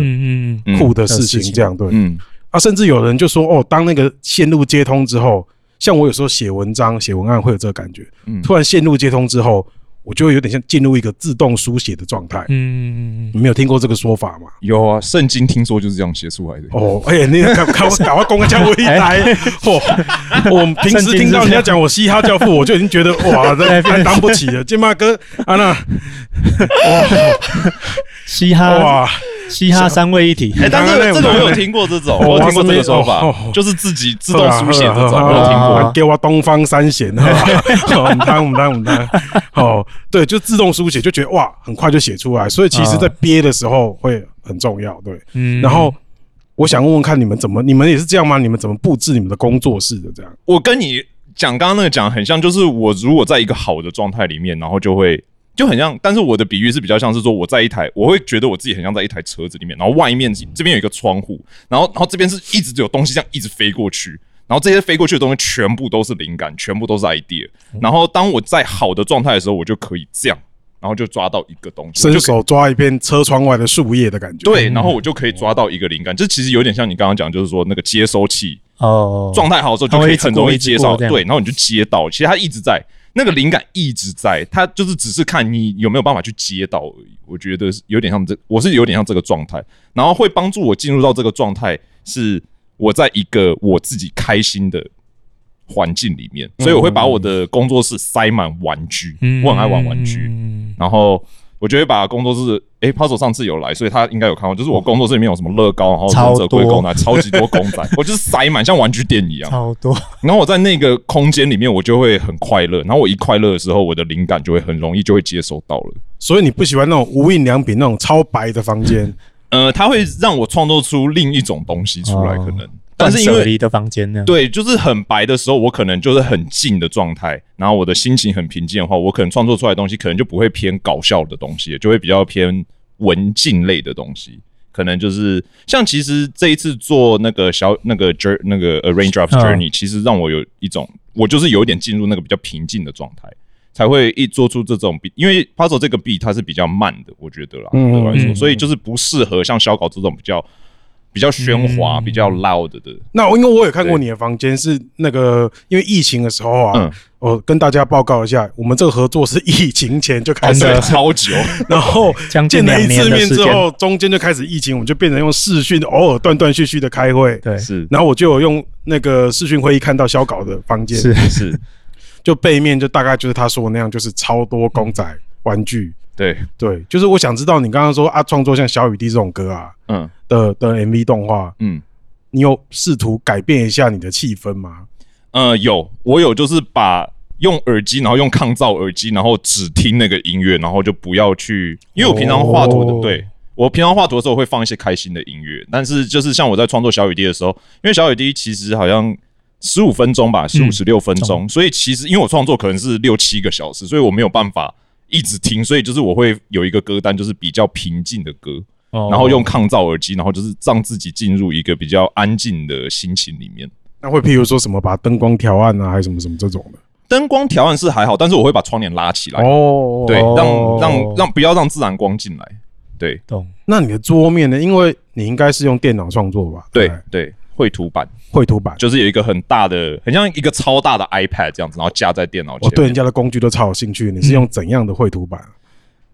嗯嗯，嗯酷的事的事情，情这样对。嗯啊，甚至有人就说，哦，当那个线路接通之后，像我有时候写文章、写文案会有这个感觉，嗯突然线路接通之后，我就会有点像进入一个自动书写的状态。嗯嗯嗯你没有听过这个说法吗？有啊，圣经听说就是这样写出来的。哦，哎、呀，你赶赶快赶快公教我一来，嚯、我平时听到人家讲我嘻哈教父，我就已经觉得哇，这担当不起了。金马哥啊，那嘻哈哇，啊嘻哈三位一体，哎，但刚刚那是这个我我有听过这种，哦我有听过这个说哇法这，就是自己自啊动书写这种，好我有啦听好啦过。过 好啦给我东方三贤，好，哦我们当我们当我们当，好，对，就自动书写，就觉得哇，很快就写出来，所以其实在憋的时候会很重要，对。嗯，然后我想问问看你们怎么，你们也是这样吗？你们怎么布置你们的工作室的这样？我跟你讲刚刚那个讲很像，就是我如果在一个好的状态里面，然后就会就很像，但是我的比喻是比较像是说我在一台，我会觉得我自己很像在一台车子里面，然后外面这边有一个窗户，然后然后这边是一直有东西这样一直飞过去。然后这些飞过去的东西全部都是灵感，全部都是 idea。然嗯后当我在好的状态的时候，我就可以这样，然后就抓到一个东西，我伸就可以手抓一片车窗外的树叶的感嗯觉。对，然后我就可以抓到一个灵感。这其实有点像你刚刚讲，就是说那个接收器，哦，状态好的时候就它可会一以直很容过易一直接过到，这样对，然后你就接到，其实它一直在，那个灵感一直在，它就是只是看你有没有办法去接到而已。我觉得是有点像这，我是有点像这个状态，然后会帮助我进入到这个状态，是我在一个我自己开心的。环境里面，所以我会把我的工作室塞满玩具，嗯我很爱玩玩具，嗯然后我就会把工作室，诶 p u z z l e 上次有来，所以他应该有看过，就是我工作室里面有什么乐高，然后超忍者龟多公仔，超级多公 仔，我就是塞满，像玩具店一样。超 多，然后我在那个空间里面，我就会很快乐。然后我一快乐的时候，我的灵感就会很容易就会接收到了。所以你不喜欢那种无印良品那种超白的房 间，呃，它会让我创作出另一种东西出来，哦可能，但是因为离的房间那 样，对，就是很白的时候，我可能就是很静的状态，然后我的心情很平静的话，我可能创作出来的东西可能就不会偏搞笑的东西，就会比较偏文静类的东西。可能就是像其实这一次做那个小那个 jour 那个 a range of 嗯啊 journey，、其实让我有一种我就是有一点进入那个比较平静的状态，才会一做出这种 beat，因为 puzzle 这个 beat 它是比较慢的，我觉得啦，嗯对我来说嗯所以就是不适合像小稿这种比较比较喧哗、嗯比较 loud 的。那我因为我有看过你的房间，是那个因为疫情的时候啊嗯，我跟大家报告一下，我们这个合作是疫情前就开始对，了，超久， 然后将近见了一两次年的面时之间后，中间就开始疫情，我们就变成用视讯，偶尔断断续续的开会。对，是然后我就有用那个视讯会议看到肖搞的房间，是是，就背面就大概就是他说的那样，就是超多公仔玩具。对，对，就是我想知道你刚刚说啊，创作像小雨滴这种歌啊嗯的的 MV 动画，嗯。你有试图改变一下你的气氛吗？呃，有，我有，就是把用耳机，然后用抗噪耳机，然后只听那个音乐，然后就不要去，因为我平常画图的，哦对我平常画图的时候会放一些开心的音乐，但是就是像我在创作小雨滴的时候，因为小雨滴其实好像。十五分钟吧，十五嗯十六分钟，所以其实因为我创作可能是六七个小时，所以我没有办法一直听，所以就是我会有一个歌单，就是比较平静的歌，然然后用抗噪耳机，然后就是让自己进入一个比较安静的心情里面。那会譬如说什么把灯光调暗啊，还是什么什么这种的？灯光调暗是还好，但是我会把窗帘拉起来，哦对，哦让让让不要让自然光进来，对懂那你的桌面呢？因为你应该是用电脑创作吧？对不对，绘图板绘图板。就是有一个很大的，很像一个超大的 iPad 这样子，然后架在电脑我前哦对人面。家的工具都超有兴趣，你是用怎样的绘图板？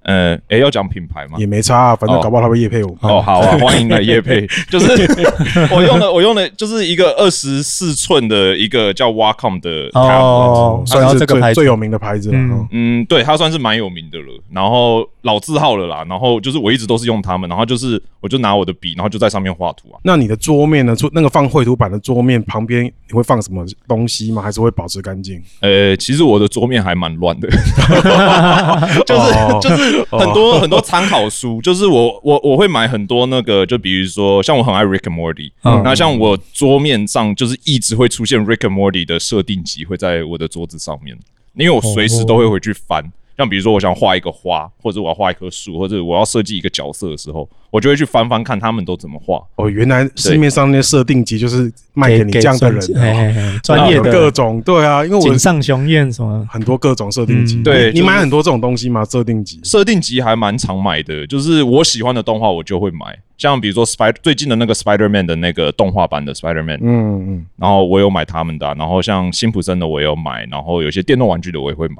呃，诶，要讲品牌吗也？没差、啊，反正哦搞不好他会夜配我们。哦，好啊，欢迎来叶配。就是 我用的，我用的就是一个二十四寸的一个叫 Wacom 的 tablet，哦，然算后是这个最牌最子有名的牌子了。嗯嗯嗯，对，它算是蛮有名的了，然后老字号了啦，然后就是我一直都是用它们，然后就是我就拿我的笔，然后就在上面画图啊。那你的桌面呢？除那个放绘图板的桌面旁边，你会放什么东西吗？还是会保持干净？呃，其实我的桌面还蛮乱的，就是、哦就是很多、很多参考书，就是我我我会买很多那个，就比如说像我很爱 Rick and Morty，嗯那、像我桌面上就是一直会出现 Rick and Morty 的设定集会在我的桌子上面，因为我随时都会回去翻。像比如说，我想画一个花，或者我要画一棵树，或者我要设计一个角色的时候，我就会去翻翻看他们都怎么画。哦，原来市面上那些设定集就是卖给给你这样的人专的哦，嘿嘿嘿哎专业然 后有各的种对啊，因为我井上雄彦什 么很多各种设定集，嗯对你就是你买很多这种东西吗？设定集设定集还蛮常买的，就是我喜欢的动画我就会买，像比如说 Spider 最近的那个 Spider Man 的那个动画版的 Spider Man，、嗯嗯，然后我有买他们的啊、然后像辛普森的我也有买，然后有些电动玩具的我也会买，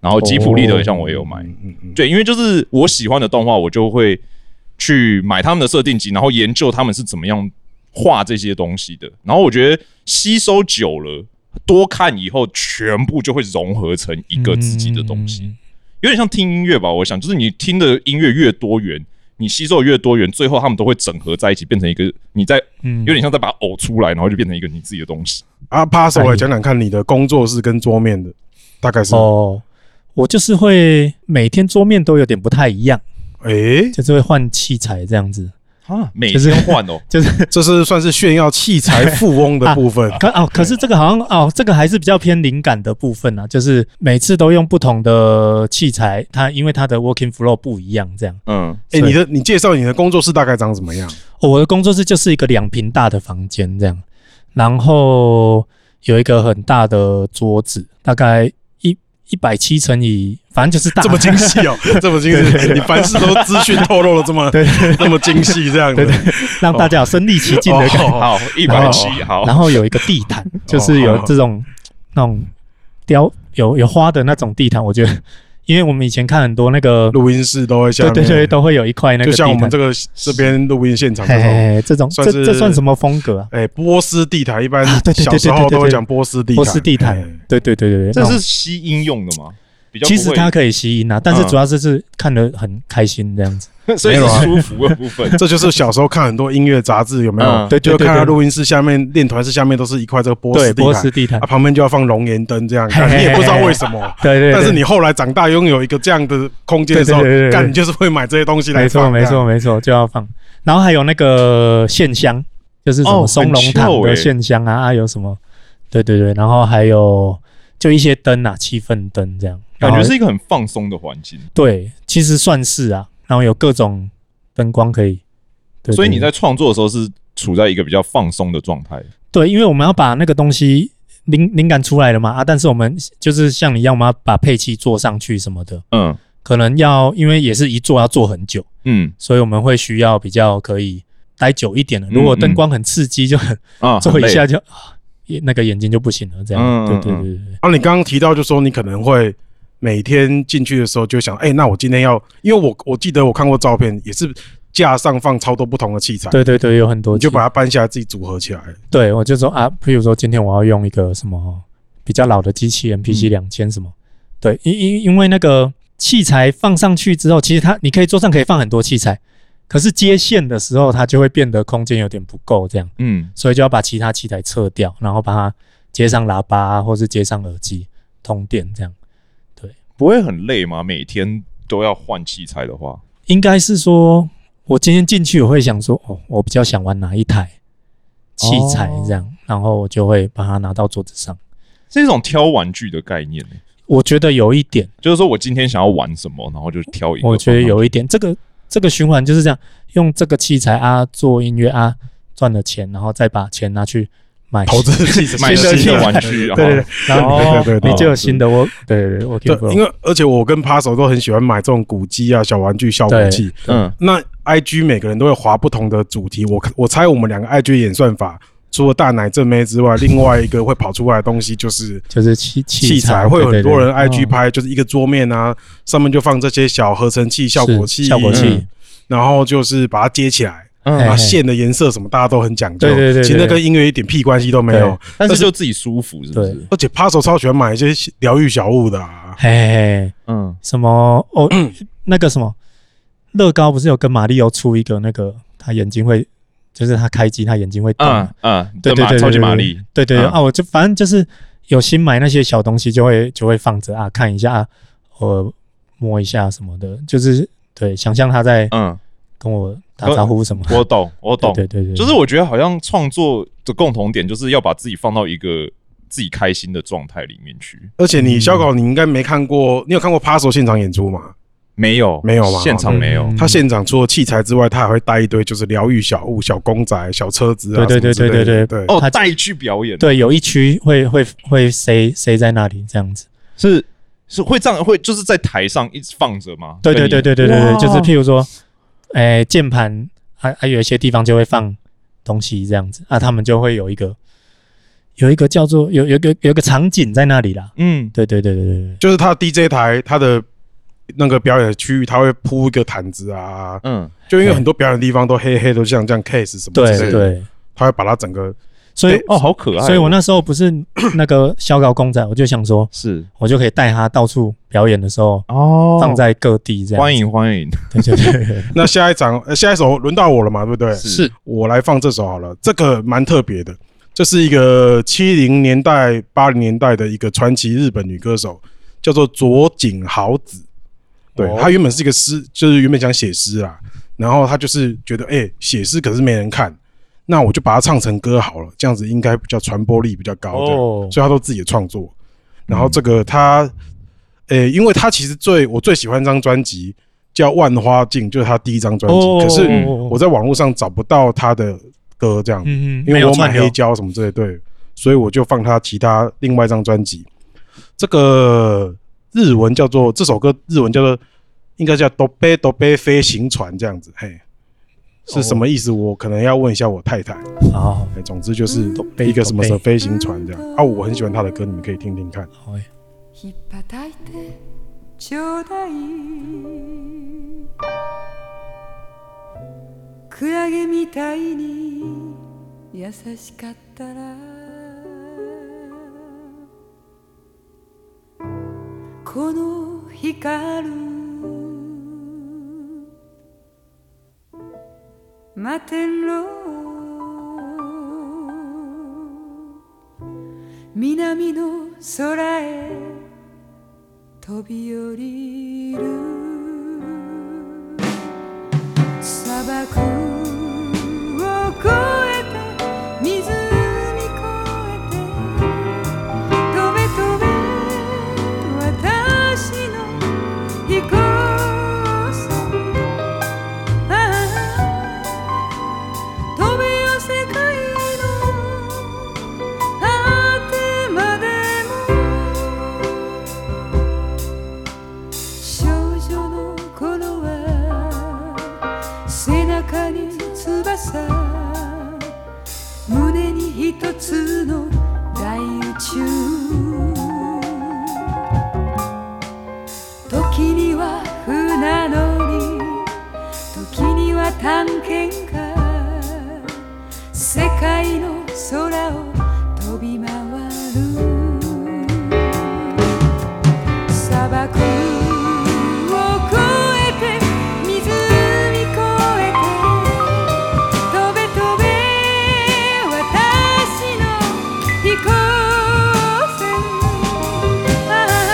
然后吉普力的像我也有买，哦嗯嗯，对，因为就是我喜欢的动画我就会去买他们的设定集，然后研究他们是怎么样画这些东西的，然后我觉得吸收久了。多看以后，全部就会融合成一个自己的东西。，嗯有点像听音乐吧，我想，就是你听的音乐越多元，你吸收的越多元，最后他们都会整合在一起，变成一个你在嗯，有点像在把它呕出来，然后就变成一个你自己的东西。啊 p a s 来讲讲看，你的工作室跟桌面的大概是，哦。我就是会每天桌面都有点不太一样，诶，就是会换器材这样子，啊，每就是天 换哦，就是 这是算是炫耀器材富翁的 部分可哦，可是这个好像哦，这个还是比较偏灵感的部分啊，就是每次都用不同的器材，它因为它的 working flow 不一样，这样。嗯，诶，你的你介绍你的工作室大概长什么样？哦我的工作室就是一个两平大的房间这样，然后有一个很大的桌子，大概一一百七乘以，反正就是大。这么精细哦，这么精细，你凡事都资讯透露的这 么对，那么精细这样子对， 让大家有身临其境的感觉。哦好，一百七，好， 然后有一个地毯，就是有这种那种雕有有花的那种地毯，我觉得，因为我们以前看很多那个录音室都会下对面，对对，都会有一块那个就地像我毯们。这个这边录音现场这嘿种，嘿嘿，这种算这是这算什么风格啊？哎，波斯地毯一般啊对对对小时对候对对都会讲波斯地毯，波斯地哎。毯，对对对对对，这那种是吸音用的吗？比较不其会实它可以吸音啊，但是嗯主要是是看得很开心这样子。 所以是啊舒服的部 分这就是小时候看很多音乐杂志有没有嗯？对对就对看到对录音室下面练团室下面都是一块这个波斯对，地波毯斯，地毯 啊，，旁边就要放熔岩灯这样，嘿嘿嘿你也不知道为什么。对对。对但是你后来长大拥有一个这样的空间的时候对对对对，对干你就是会买这些东西来没错放没错。没错，就要放。然后还有那个线香，就是什哦么很松茸糖 chill 欸的线香啊，啊有什么？对对对，然后还有就一些灯啊，气氛灯这样，感觉然后是一个很放松的环境，对，其实算是啊。然后有各种灯光可以，对所以对你在创作的时候是处在一个比较放松的状态。对，因为我们要把那个东西灵灵感出来了嘛啊，但是我们就是像你一样，我们要把配器做上去什么的，嗯可能要因为也是一做要做很久，嗯，所以我们会需要比较可以待久一点了。如果灯光很刺激，就很啊，做一很下累，就啊也那个眼睛就不行了。这样，嗯对对嗯嗯对对，啊，你刚刚提到就说你可能会每天进去的时候就想，哎、那我今天要，因为我我记得我看过照片，也是架上放超多不同的器材，对对对，有很多你就集把它搬下来自己组合起来。对，我就说啊，譬如说今天我要用一个什么比较老的机器，MPC 两千什么，对，因因因为那个器材放上去之后，其实它你可以桌上可以放很多器材，可是接线的时候它就会变得空间有点不够，这样，嗯所以就要把其他器材撤掉，然后把它接上喇叭、啊、或是接上耳机通电这样。不会很累吗？每天都要换器材的话，应该是说，我今天进去我会想说，哦，我比较想玩哪一台器材这样，然后我就会把它拿到桌子上。是一种挑玩具的概念、欸，我觉得有一点。就是说我今天想要玩什么，然后就挑一个。我觉得有一，一点，这个这个循环就是这样，用这个器材啊做音乐啊赚了钱，然后再把钱拿去 买投资器材，买新的玩具，啊对对然对后然后对对对你就有新的 work，对对对，working 对，因 flow，为而且我跟扒手都很喜欢买这种古机啊、小玩具、效果器。嗯，那 IG 每个人都会划不同的主题，我我猜我们两个 IG 演算法，除了大奶正妹之外，另外一个会跑出来的东西就是就是器器器材，会有很多人 IG 拍拍，就是一个桌面啊，上面就放这些小合成器、效果器、效果器嗯，然后就是把它接起来，嗯嘿啊，嘿线的颜色什么大家都很讲究，对对对对其实那跟音乐一点屁关系都没有对。但是就自己舒服，是不是？而且 p a s o 超喜欢买一些疗愈小物的啊，嘿嘿嘿，嗯，什么 哦，那个什么乐高不是有跟马里奥出一个那个他眼睛会，就是他开机他眼睛会动嘛啊啊，对对马对，超级对玛对丽，对对对嗯啊，我就反正就是有新买那些小东西，就会就会放着啊，看一下啊，我摸一下什么的，就是对，想象他在嗯，跟我打招呼什么，我懂，我懂，对对对对，就是我觉得好像创作的共同点就是要把自己放到一个自己开心的状态里面去。而且嗯你小狗你应该没看过，你有看过 p a s o 现场演出吗？没有，没有吗现场没有嗯。他现场除了器材之外，他还会带一堆就是疗愈小物、小公仔、小车子啊，对对什么之类对的对对对哦哦他，带去表演，，对有一区会会会塞塞在那里这样子，是是会这样，会就是在台上一直放着吗？对对对对对对对，哇就是譬如说，哎，键盘还还有一些地方就会放东西这样子啊，他们就会有一个有一个叫做有有一个有一个场景在那里啦，嗯，对对对对对对。就是他 DJ 台他的那个表演的区域，他会铺一个毯子啊，嗯就因为很多表演的地方都黑黑的，像这样 case 什么之类对的，对，他会把它整个所以、哦，好可爱哦，所以我那时候不是 那个小高公仔，我就想说，是我就可以带他到处表演的时候，哦放在各地这样。欢，迎欢迎，对对对对，那下一场，呃下一首轮到我了嘛，对不对？是我来放这首好了，这个蛮特别的，这是一个七零年代、八零年代的一个传奇日本女歌手，叫做佐井豪子。对，哦她原本是一个诗，就是原本想写诗啊，然后她就是觉得，哎、写诗可是没人看，那我就把它唱成歌好了，这样子应该比较传播力比较高。这样哦嗯所以他都自己的创作。然后这个他，呃、因为他其实最我最喜欢一张专辑叫《万花镜》，就是他第一张专辑。哦可是嗯我在网络上找不到他的歌，这样，嗯嗯，没因为有我买串流黑胶什么之类的，对，所以我就放他其他另外一张专辑。这个日文叫做这首歌日文叫做应该叫《Do Be Do Be 飞行船》这样子，嘿，是哦什么意思？我可能要问一下我太太。好好哎，总之就是背一个什么都背什么飞行船这样啊，我很喜欢他的歌，你们可以听听看。好欸ひっぱたいてちょうだいクラゲみたいに優しかったらこの光る摩天楼南の空へ飛び降りる砂漠を越えて湖越えて飛べ飛べ私の飛行船ああ飛べよ世界の果てまでも少女の頃は背中に翼翼胸に一つの大宇宙時には船乗り時には探検家世界の空を飛び回る砂漠を越えて湖越えて飛べ飛べ私の飛行船ああ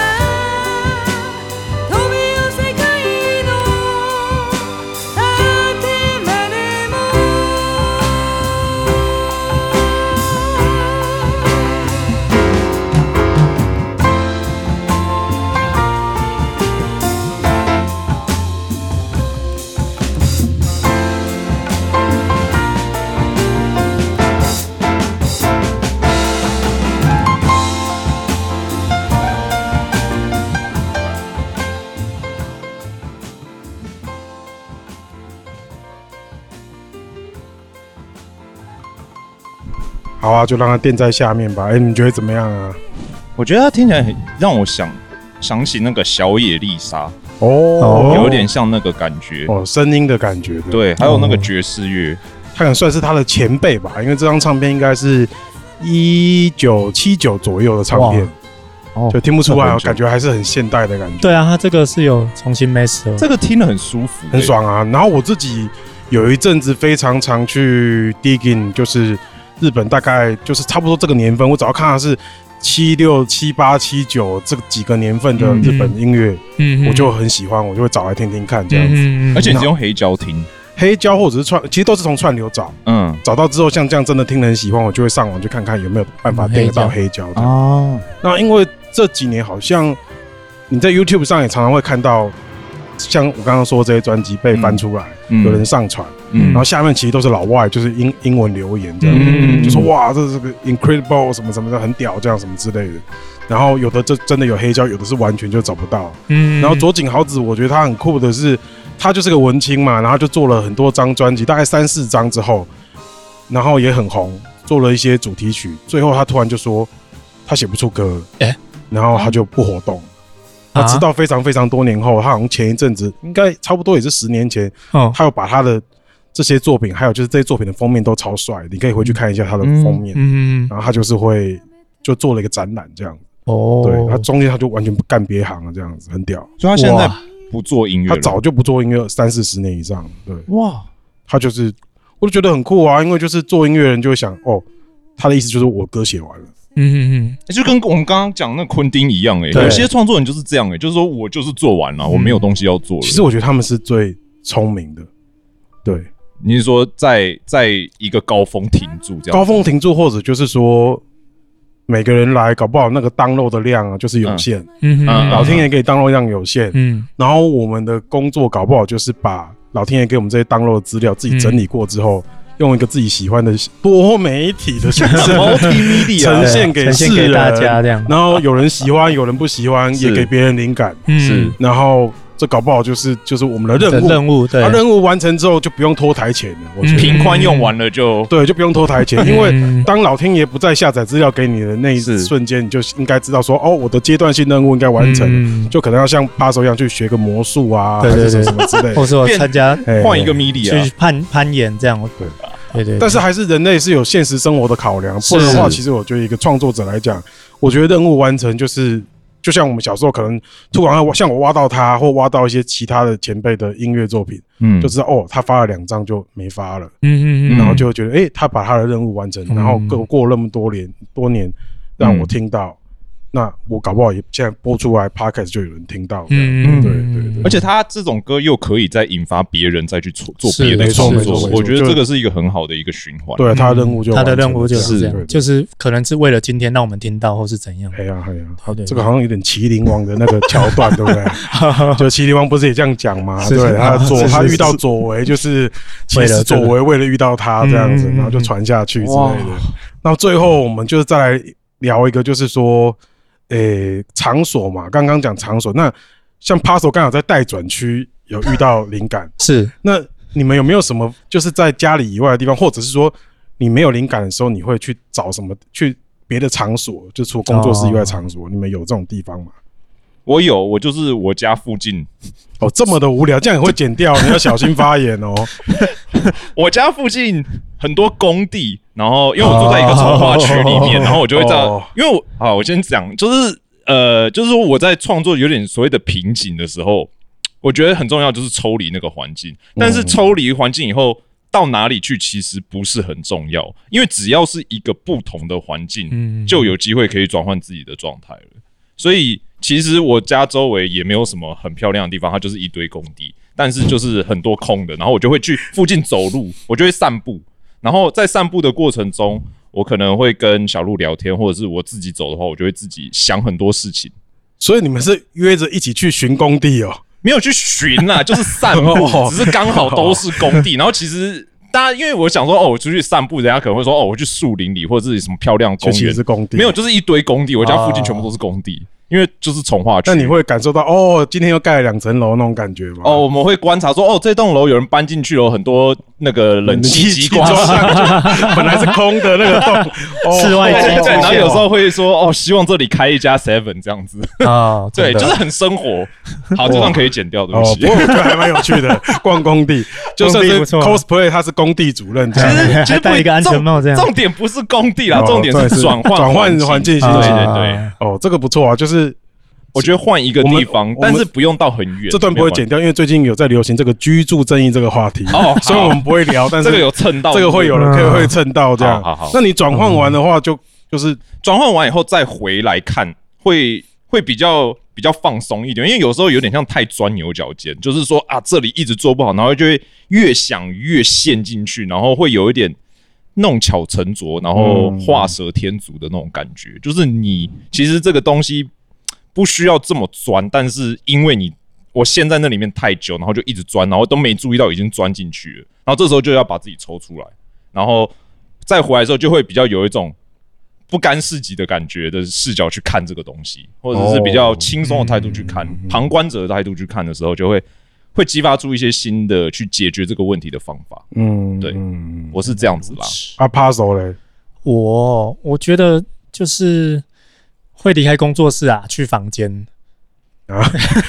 飛べよ世界の果てまでも好啊，就让它垫在下面吧。哎、你觉得怎么样啊？我觉得它听起来很让我想想起那个小野丽莎，哦，有点像那个感觉。哦声音的感觉。不，对，还有那个爵士乐，他可能算是他的前辈吧，因为这张唱片应该是一九七九左右的唱片，哦就听不出来那哦，很久感觉还是很现代的感觉，对啊，他这个是有重新 master，这个听得很舒服、欸很。爽啊。然后我自己有一阵子非常常去 digging，就是日本，大概就是差不多这个年份，我只要看它是七六、七八、七九这几个年份的日本音乐，嗯我就很喜欢，我就会找来听听看这样子。嗯而且你是用黑胶听，黑胶或者是串，其实都是从串流找，嗯，找到之后像这样真的听得很喜欢，我就会上网去看看有没有办法嗯订得到黑黑胶的。哦，那因为这几年好像你在 YouTube 上也常常会看到，像我刚刚说这些专辑被翻出来，嗯有人上传，嗯然后下面其实都是老外，就是英英文留言这样，嗯就说哇，这是个 incredible 什么什么的，很屌这样什么之类的。然后有的这真的有黑胶，有的是完全就找不到。嗯然后佐井豪子，我觉得他很酷的是，他就是个文青嘛，然后就做了很多张专辑，大概三四张之后，然后也很红，做了一些主题曲，最后他突然就说他写不出歌了，哎然后他就不活动。啊他直到非常非常多年后，他好像前一阵子，应该差不多也是十年前，哦他又把他的这些作品，还有就是这些作品的封面都超帅，你可以回去看一下他的封面。嗯嗯然后他就是会就做了一个展览这样，哦，对他中间他就完全不干别行了，这样子很屌。所以他现在哇不做音乐他了，早就不做音乐三四十年以上，对哇，他就是，我就觉得很酷啊，因为就是做音乐人就会想，哦，他的意思就是我歌写完了，嗯嗯欸就跟我们刚刚讲那昆汀一样、欸，对有些创作人就是这样、欸，就是说我就是做完了，我没有东西要做了。嗯其实我觉得他们是最聪明的，对，你是说在在一个高峰停住这样？高峰停住或者就是说。每个人来，搞不好那个 download 的量啊，就是有限，嗯嗯嗯老天爷给 download 量有限。嗯然后我们的工作搞不好就是把老天爷给我们这些 download 的资料自己整理过之后，用一个自己喜欢的多媒体的形式 Multimedia 呈现给呈现世给人大家这样然后有人喜欢，有人不喜欢，是也给别人灵感。嗯是然后这搞不好就是就是我们的的任务，任务对啊，任务完成之后就不用拖台前了，我觉得、平宽用完了就对，就不用拖台前，因为嗯当老天爷不再下载资料给你的那一是瞬间，你就应该知道说，哦，我的阶段性任务应该完成了，嗯就可能要像扒手一样去学个魔术啊，对对还是什么什么之类或的。是我参加哎哦换一个去 media，啊攀攀岩这样，对啊对对，但是还是人类是有现实生活的考量，不然的话，其实我觉得一个创作者来讲，我觉得任务完成就是，就像我们小时候可能突然要像我挖到他，或挖到一些其他的前辈的音乐作品，嗯，就知道哦，他发了两张就没发了，嗯嗯嗯，然后就会觉得诶，他把他的任务完成，嗯然后过过了那么多年多年，让我听到，那我搞不好也现在播出来 podcast 就有人听到，嗯，嗯对对对而且他这种歌又可以再引发别人再去做做是别的没错创没作错，没错我觉得就这个是一个很好的一个循环。对，他的任务就嗯他的完成任务就了是这对对样，对就是可能是为了今天让我们听到或是怎样，哎呀哎呀，好的这个好像有点《麒麟王》的那个桥段，对不对？ 就《麒麟王》不是也这样讲吗？ 是对，他是左是他是遇到左为，就是其为实了这左个为为了遇到他这样子，嗯嗯嗯然后就传下去之类哇嗯的。那最后我们就是再来聊一个，就是说，诶，场所嘛，刚 刚讲场所，那像 Paso 刚好在待转区有遇到灵感，是那你们有没有什么就是在家里以外的地方，或者是说你没有灵感的时候，你会去找什么去别的场所，就除了工作室以外的场所，你们有这种地方吗？我有，我就是我家附近，哦，这么的无聊，这样也会剪 掉，你要小心发言哦。我家附近很多工地，然后因为我住在一个从化区里面，哦然后我就会在哦，因为我好，我先讲，就是呃，就是说我在创作有点所谓的瓶颈的时候，我觉得很重要就是抽离那个环境，但是抽离环境以后。到哪里去其实不是很重要，因为只要是一个不同的环境，嗯就有机会可以转换自己的状态了。所以其实我家周围也没有什么很漂亮的地方，它就是一堆工地，但是就是很多空的。然后我就会去附近走路，我就会散步。然后在散步的过程中，我可能会跟小鹿聊天，或者是我自己走的话，我就会自己想很多事情。所以你们是约着一起去巡工地哦。没有去寻啦，就是 散哦步，只是刚好都是工地。然后其实大家因为我想说，哦，我出去散步，人家可能会说，哦，我去树林里或者是什么漂亮公就其实园是，工地，啊没有，。就是一堆工地。我家附近哦全部都是工地，因为就是从化区。那你会感受到哦，今天又盖了两层楼那种感觉吗？哦，，我们会观察说，哦，这栋楼有人搬进去了，有很多那个冷 气机关。就本来是空的那个洞，哦室外 对机对 对，出然后现有时候会说，哦，希望这里开一家 Seven 这样子。啊，对，真的就是很生活。好，这段可以剪掉，对不哦，起不。过我觉得还蛮有 趣的，逛工地，就工算地是不错 cosplay，他是工地主任这其样。实其还实不戴一个安全帽这样重重点不是工地啦，哦重点对是是转换转换环环境对心情对对啊，哦，这个不错啊，就是我觉得换一个地方我们，但是不用到很远。这段不会剪掉，因为最近有在流行这个居住正义这个话题，哦好 所以我们不会聊，但是没有关系，这个有蹭到，这个会有人可以嗯会蹭到这样。好好好那你转换完的话，就就是转换完以后再回来看，会会比较比较放松一点，因为有时候有点像太钻牛角尖，就是说啊，这里一直做不好，然后就会越想越陷进去，然后会有一点弄巧成拙，然后嗯画蛇添足的那种感觉。就是你其实这个东西不需要这么钻，但是因为你我陷在那里面太久，然后就一直钻，然后都没注意到已经钻进去了，然后这时候就要把自己抽出来，然后再回来的时候就会比较有一种不甘示己的感觉的视角去看这个东西，或者是比较轻松的态度去看，嗯旁观者的态度去看的时候，就会会激发出一些新的去解决这个问题的方法。嗯，对嗯我是这样子啦，啊 puzzle 嘞， 我我觉得就是会离开工作室啊，去房间啊啊，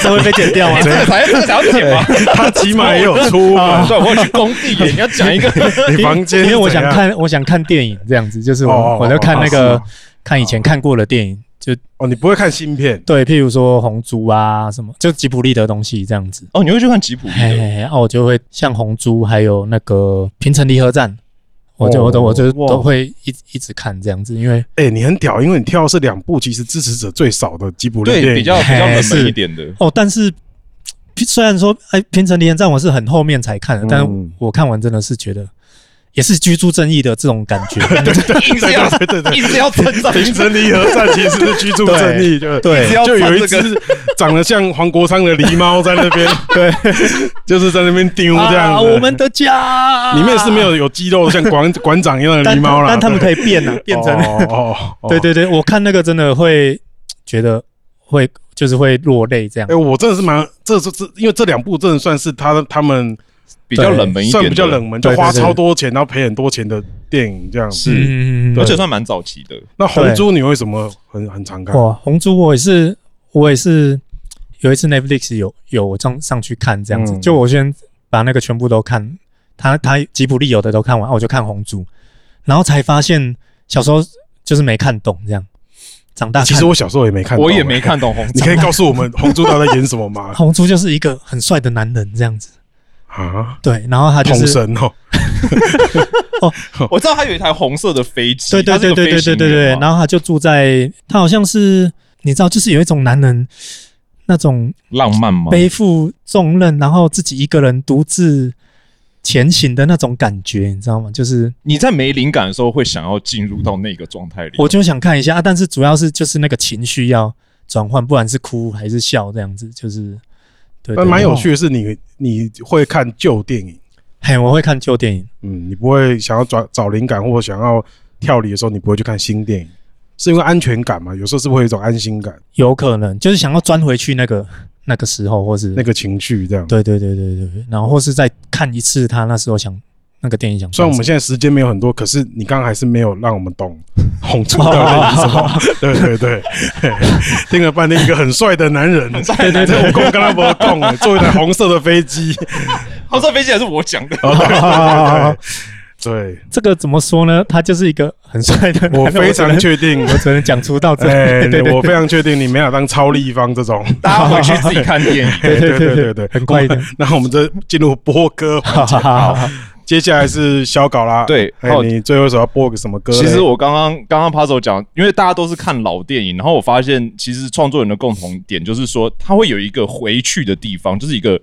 这会被剪掉吗？ 这个才这个才要剪 吧？他起码也有出 门，对，我有去工地耶，你要讲一个 你房间是因为我怎想样看，我想看电影，这样子就是我、哦我在看那个、哦看以前看过的电影，就哦，你不会看芯片对，譬如说红猪啊什么，就吉普力的东西这样子。 哦，你会去看吉普力嘿的嘿嘿，啊，我就会像红猪，还有那个平城离合站，我哦就、我都我就哇都会一直一直看这样子，因为哎、你很屌，因为你跳的是两部其实支持者最少的吉卜力对电比影，较比较冷门是一点的。哦，但是虽然说哎，平城离合站我是很后面才看的，但嗯我看完真的是觉得也是居住正义的这种感 觉，硬是要 对对对硬是要称赞，平成离合站其实是居住正义，就对就有一一直要唱只长得像黄国昌的狸猫在那边，对，就是在那边丢这样啊，子。我们啊的家里面是没有有肌肉像馆馆长一样的狸但猫啦，但他们可以变啊，对变成、哦哦，哦对。对对，我看那个真的会觉得会就是会落泪这样哎、，我真的是蛮，这这这，因为这两部真的算是他他们比较冷门一点算的，比较冷门，就对对花对超多钱，然后赔很多钱的电影这样。是，嗯而且算蛮早期的。那红猪你为什么很很常看？哇，红猪我也是，我也是有一次 Netflix 有有我上上去看这样子，嗯就我先把那个全部都看，他他吉卜力有的都看完，啊我就看红猪，然后才发现小时候就是没看懂这样，长大看其实我小时候也没看懂，我也没看懂红你可以告诉我们红猪到底在演什 么吗？红猪就是一个很帅的男人这样子，啊，对，然后他就红是神哦，我知道他有一台红色的飞机，对对对对对对对对，然后后他就住在他好像是你知道，就是有一种男人那种浪漫吗？背负重任，然后自己一个人独自前行的那种感觉，你知道吗？就是你在没灵感的时候会想要进入到那个状态里，我就想看一下啊，但是主要是就是那个情绪要转换，不管是哭还是笑这样子，就是对，对但蛮有趣。的是你，你会看旧电影，嘿，我会看旧电影，嗯，你不会想要找找灵感或者想要跳离的时候，你不会去看新电影，是因为安全感嘛？有时候是不是会有一种安心感，有可能就是想要钻回去那个那个时候，或是那个情绪这样。对对对对对，对然后或是在看一次他那时候想那个电影想虽做什然么。我们现在时间没有很多，可是你刚刚还是没有让我们 懂红猪到底是什么。对对 对，嘿听了半天一个很帅的男人，对对对，我刚刚没空欸，坐一台红色的飞 机，红色飞机还是我讲的，哦对对对对这个怎么说呢？他就是一个很帅的人， 对，我非只常能确定我，只能讲出到这里。 哎， 对对我非常确定你没有当超立方这种。大家回去自己看电影。 对对对对对对对，很快的。那我们这进入播歌环节， 好，接下来是小稿啦。对哎还，有你最后一首要播个什么歌嘞？其实我刚刚刚刚 Puzzle 讲，因为大家都是看老电影，然后我发现其实创作人的共同点就是说，他会有一个回去的地方，就是一个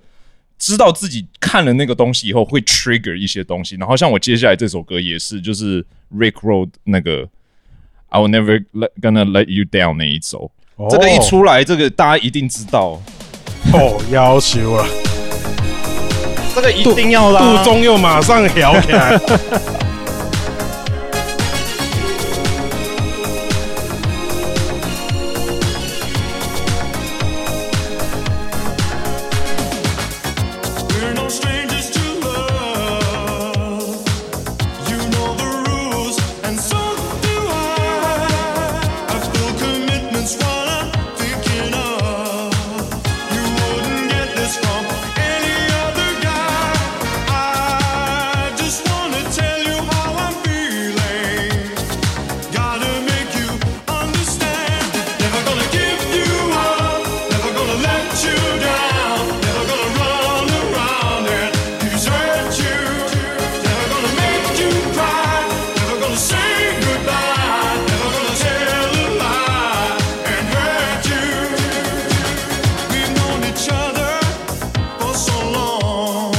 知道自己看了那个东西以后会 trigger 一些东西。然后像我接下来这首歌也是，就是 Rick Road 那个 I will never let, gonna let you down 那一首，哦这个一出来，这个大家一定知道，哦，要求了。这个一定要啦。肚中又马上摇起来。 We're no strangers to love. You know the rules, and so do I. I've still commitments while I'm thinking of. You wouldn't get this from any other guy. I just wanna tell you how I'm feeling. Gotta make you understand. Never gonna give you up. Never gonna let you down. Never gonna run around and desert you. Never gonna make you cry. Never gonna say goodbye. Never gonna tell a lie and hurt you. We've known each other for so long.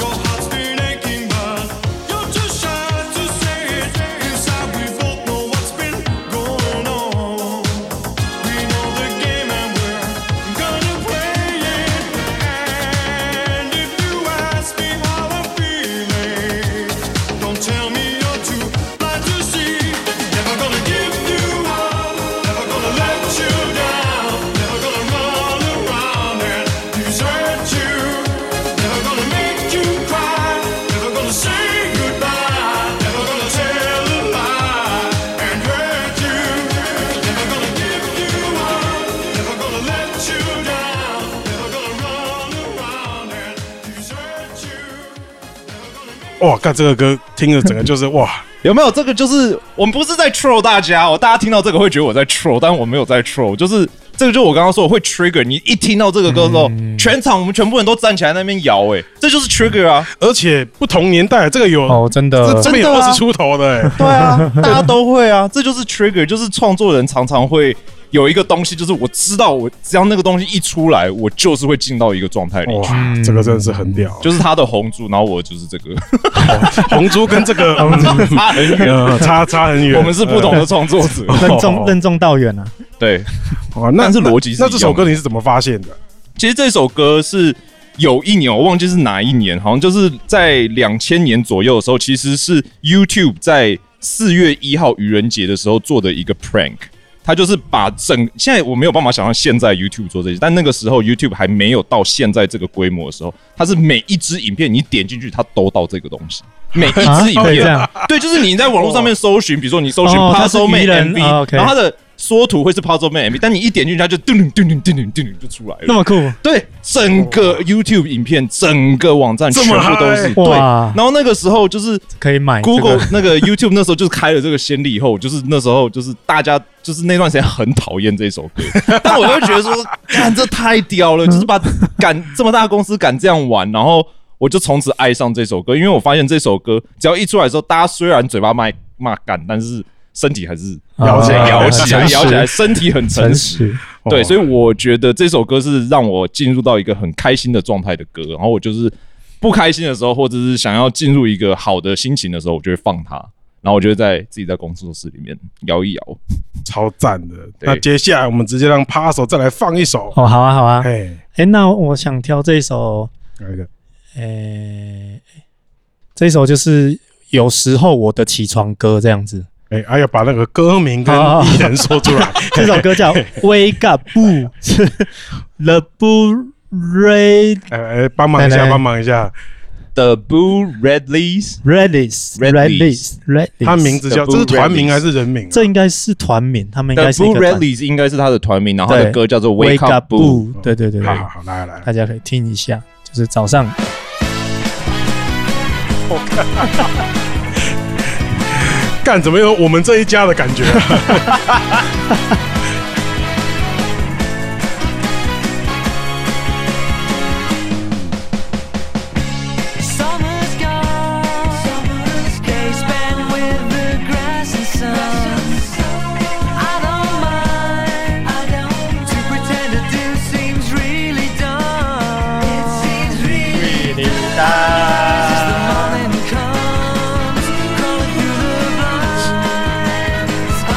Your heart's been aching, but you're too shy to say it. Inside, we both know what's been going on. We know the game and we're gonna play it. And if you ask me how I'm feeling, don't tell me you're too blind to see. Never gonna give you up. Never gonna let you down. Never gonna run around and desert you. Never gonna make you cry. Never gonna say goodbye. Never gonna tell a lie and hurt you. Never gonna give you up. Never gonna let you down. Never gonna run around and desert you. Never gonna make 哇，看这个歌听着整个就是哇，有没有这个？就是我们不是在 troll 大家哦，大家听到这个会觉得我在 troll，但我没有在 troll，就是这个就是我刚刚说我会 trigger。你一听到这个歌之后，全场我们全部人都站起来在那边摇，哎，这就是 trigger 啊！而且不同年代这个有，哦，真这的这，边有真的二啊十出头的哎。 对啊，大家都会啊，这就是 trigger，就是创作人常常会有一个东西，就是我知道我只要那个东西一出来，我就是会进到一个状态里。哇，这个真的是很屌，就是他的红珠，然后我就是这 个，红猪跟这 个差很远。呃差差很远，嗯我们是不同的创作 者，任重哦任重道远啊。对。哇，哦那但是逻辑是那一样这的首歌你是怎么发现的？其实这首歌是有一年，我忘记是哪一年，好像就是在两千年左右的时候，其实是 YouTube 在四月一号愚人节的时候做的一个 prank。他就是把整现在我没有办法想象现在 YouTube 做这些，但那个时候 YouTube 还没有到现在这个规模的时候，它是每一支影片你点进去，它都到这个东西，每一啊支影可以这片样，对，就是你在网络上面搜寻，比如说你搜寻哦它是 Puzzle 愚 Man 人 MV，、哦，OK 然后它的缩图会是 Puzzle Man MV，但你一点进去，它就噔噔噔噔噔噔噔就出来了，那么酷，对，整个 YouTube 影片，整个网站哦这全么部都是嗨对。哇然后那个时候就是可以买这个 Google 那个 YouTube 那时候就是开了这个先例以后，就是那时候就是大家就是那段时间很讨厌这首 歌，但我就会觉得说，干这太屌 了，就是把敢这么大的公司敢这样玩，然后我就从此爱上这首歌，因为我发现这首歌只要一出来的时候，大家虽然嘴巴骂骂干，但是身体还是摇起来啊摇起来诚实摇起来，身体很诚诚实。实。对，所以以我觉得这首歌是让我进入到一个很开心的状态的歌。然后我就是不开心的时候，或者是想要进入一个好的心情的时候，我就会放它。然后我就会在自己在工作室里面摇一摇。超赞的。对那接下来我们直接让趴手再来放一首，哦，好啊，好啊。哎，哎，那我想挑这一首，来一个诶，这一首就是有时候我的起床歌这样子。哎，哎呀，把那个歌名跟好好好艺人说 出来。这首歌 叫《Wake Up》，不是 The b u r r a 哎哎，帮忙一来下，来帮忙一下。 The Boo Redleys， Redis Red Redis Redis，他名字叫 The 这是 Blue 团名 Rabbits 还是人名啊？这应该是团名，他们应 The 该是一 Boo 个团 Redleys 应该是他的团名，然后他的对歌叫做嗯 Wake Up Boo。 Boo，对对对好对好，好，来来来，大家可以听一下，就是早上干怎么有我们这一家的感觉、啊？ Summer's gone. Summer's Day spent with the grass and sun. I don't mind. I don't. To pretend to do seems really dumb. It seems really dumb. As the morning comes, crawling through the blinds. I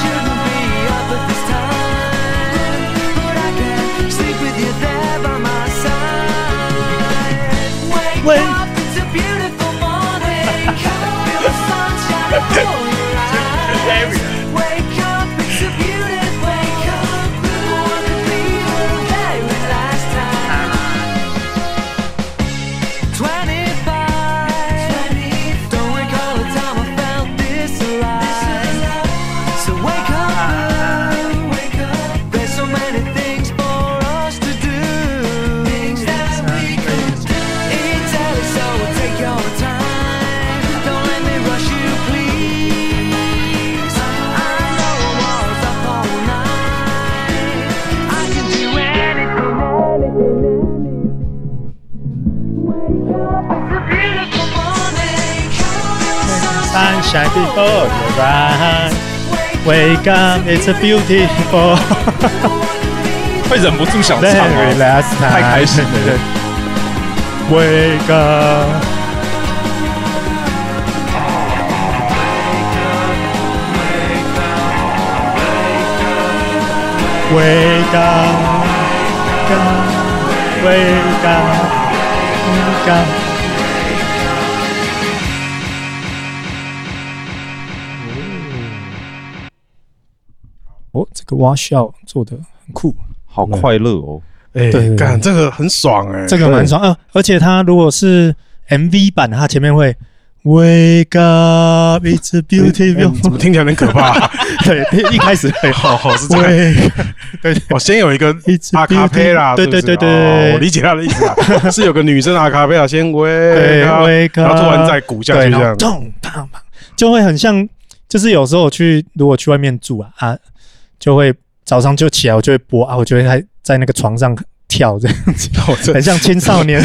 shouldn't be up at this time, but I can sleep with you there by my side. Wake Wait. up, it's a beautiful morning. Come and feel the sunshine on your eyes. Wake up, it's a beautiful wake up. I wanna be the very last time. 25, 20, don't recall a time I felt this alive. So wake up, Lou, wake up. There's so many things for us to do. Things that we could do. It's early, so we'll take your time. Don't let me rush you, please. I know I was up all night. I can do anything, anything, anything. Sunshine before your eyes, wake up, it's a beautiful 会忍不住想唱 very 哦， last time，太开心了。 Wake up，wake up，wake up，wake up。哦，Oh, 这个 washout 做的很酷，好快乐哦！哎、对对干这个很爽哎、这个蛮爽啊！而且它如果是 MV 版，它前面会 Wake up, it's a 哎怎么 beautiful。听起来有点可怕、啊？ 对，一开始会好好是这样。 Wake，我先有一个 It's a 阿卡贝拉，对是不是对对对哦对我理解他的意 思啦，是有个女生阿卡贝拉先喂，对然后 Wake up，然后突然再鼓下对，去然这后样，咚砰砰，就会很像，就是有时候我去如果去外面住啊啊，就会早上就起来，我就会播啊，我就会在在那个床上跳这样子，我这很像青少 年。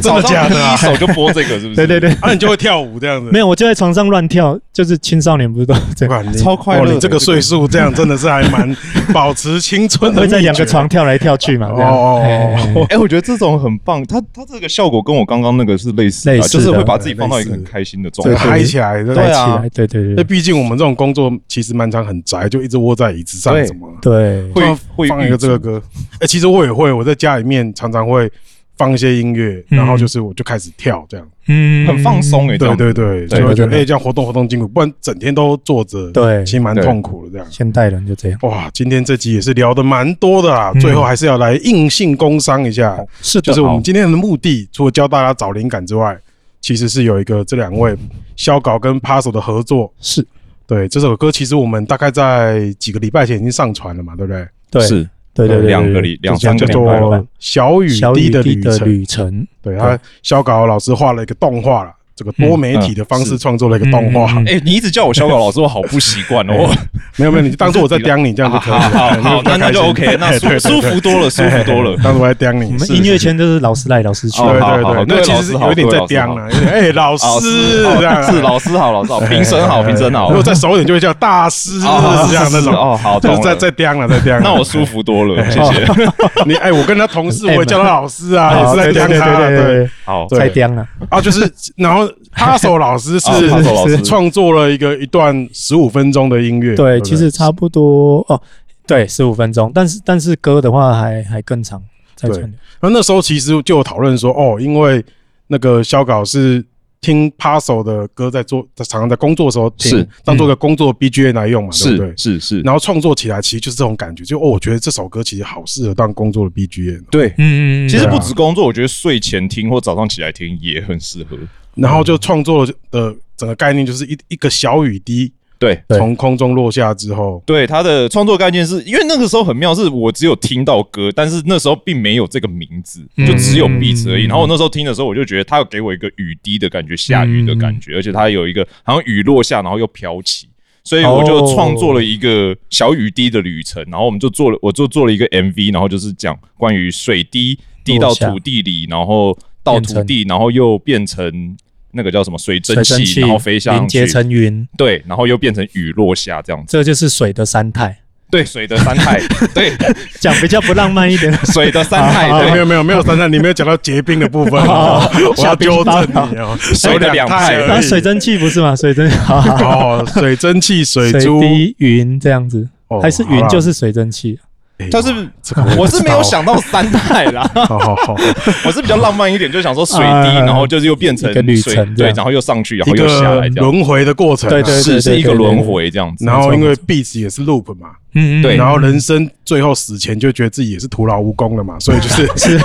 真的假的早啊？上第一首就播 这个，是不是？对对对， 啊，你就会跳舞这样子没，有，我就在床上乱跳，就是青少年不是都这样，哇你超快乐哦的你这个岁数这样真的是还蛮保持青春的 会秘诀，在两个床跳来跳去嘛，哦这样。哦哎哦，哎、我觉得这种很棒，它它这个效果跟我刚刚那个是类似的啊，类似就的是会把自己放到一类个似很开心的状哦对态。嗨起来，对对带啊起来，对对那对毕竟我们这种工作其实蛮常很宅，就一直窝在椅子上，对怎么了对，会放会放一个这个歌？哎，其实我也会，我在家里面常常会放一些音乐，嗯然后就是我就开始跳这样。嗯很放松哎、欸，这对样对对，对就会觉真得的哎，这样活动活动筋骨，不然整天都坐着，对其实蛮对痛苦的这样。现代人就这样，哇，今天这集也是聊的蛮多的啦，嗯最后还是要来硬性工商一下，是就是我们今天的目的，除了教大家找灵感之外，其实是有一个这两位肖搞跟 p a s o 的合作。是，对这首歌，其实我们大概在几个礼拜前已经上传了嘛，对不对？对，是对对对，两个对礼两这三样个叫礼拜了吧做。小雨小滴雨的滴旅的程。旅程，对他，肖搞老师画了一个动画了，这个多媒体的方式创作了一个动画。嗯嗯嗯哎、你一直叫我小狗老师，我好不习惯哦。没有没有，你当做我在刁你，这样哎就可以 好了。好哎好，那那就 OK，那舒舒。服多了，舒你会比较开心嘿服嘿嘿多了。当时我在刁你，我们是音乐是是圈就是老师来老师去，哦对好好对好对，那各位其老实师好有点各位在老师刁好了，有点哎，老老师好这样啊哎是老师好，老师好，评审好，评审好如。果再熟一点就会叫大师，是哦这样那种。哦，好，就是懂再了再刁了，再刁了。 那我舒服多哎了，谢谢。你哎，我跟他同事，我也叫他老师哎啊，也好是在对对刁对他。对对好，对，太刁了，啊，就是然后哈手老师 哦是哈手老师创作了一个一段十五分钟的音乐。对，不其实差不多哦，对，十五分钟，但是但是歌的话还还更长，再对传那那时候其实就有讨论说，哦，因为那个肖稿是听 Puzzle 的歌，在做在常常在工作的时候是嗯听，当做个工作 BGM 来用嘛，对不对是？是是，然后创作起来其实就是这种感觉，就哦，我觉得这首歌其实好适合当工作的 BGM，对，嗯嗯嗯，其实对啊不止工作，我觉得睡前听或早上起来听也很适合。然后就创作的整个概念就是一一个小雨滴对，对从空中落下之后，对，他的创作概念是因为那个时候很妙，是我只有听到歌，但是那时候并没有这个名字，嗯就只有 beats 而已。嗯然后我那时候听的时候，我就觉得他有给我一个雨滴的感觉，下雨的感嗯觉，而且他有一个好像雨落下，然后又飘起。所以我就哦创作了一个小雨滴的旅程，然后我们就做了，我就做了一个 MV，然后就是讲关于水滴滴到落下土地里，然后到变土成地，然后又变成那个叫什么水蒸水蒸气，气然后飞上凝结去，成云，对，然后又变成雨落下这样子。这就是水的三态。对，水的 三态，对，讲比较不浪漫一点，水的三哎态，啊，没对，有没有没有，珊珊，你没有讲到结冰的部 分，哦我要纠正你哦，水的两派 有啊，两水蒸气不是吗？ 水蒸好好好哦，水蒸气、水水珠，滴、云这样子，哦还是好云啦就是水蒸气？啊哎但是我是没有 想到三态啦，好好好，我是比较浪漫一点，就想说水滴，啊然后就是又变成一个旅水程这对，样然后又上去，然一后又下个来这样，轮回的过程啊，对对是是一个轮回这样子。然后因为 beats 也是 loop 嘛，嗯对然后人生最后死前就觉得自己也是徒劳无功了嘛，所以就是是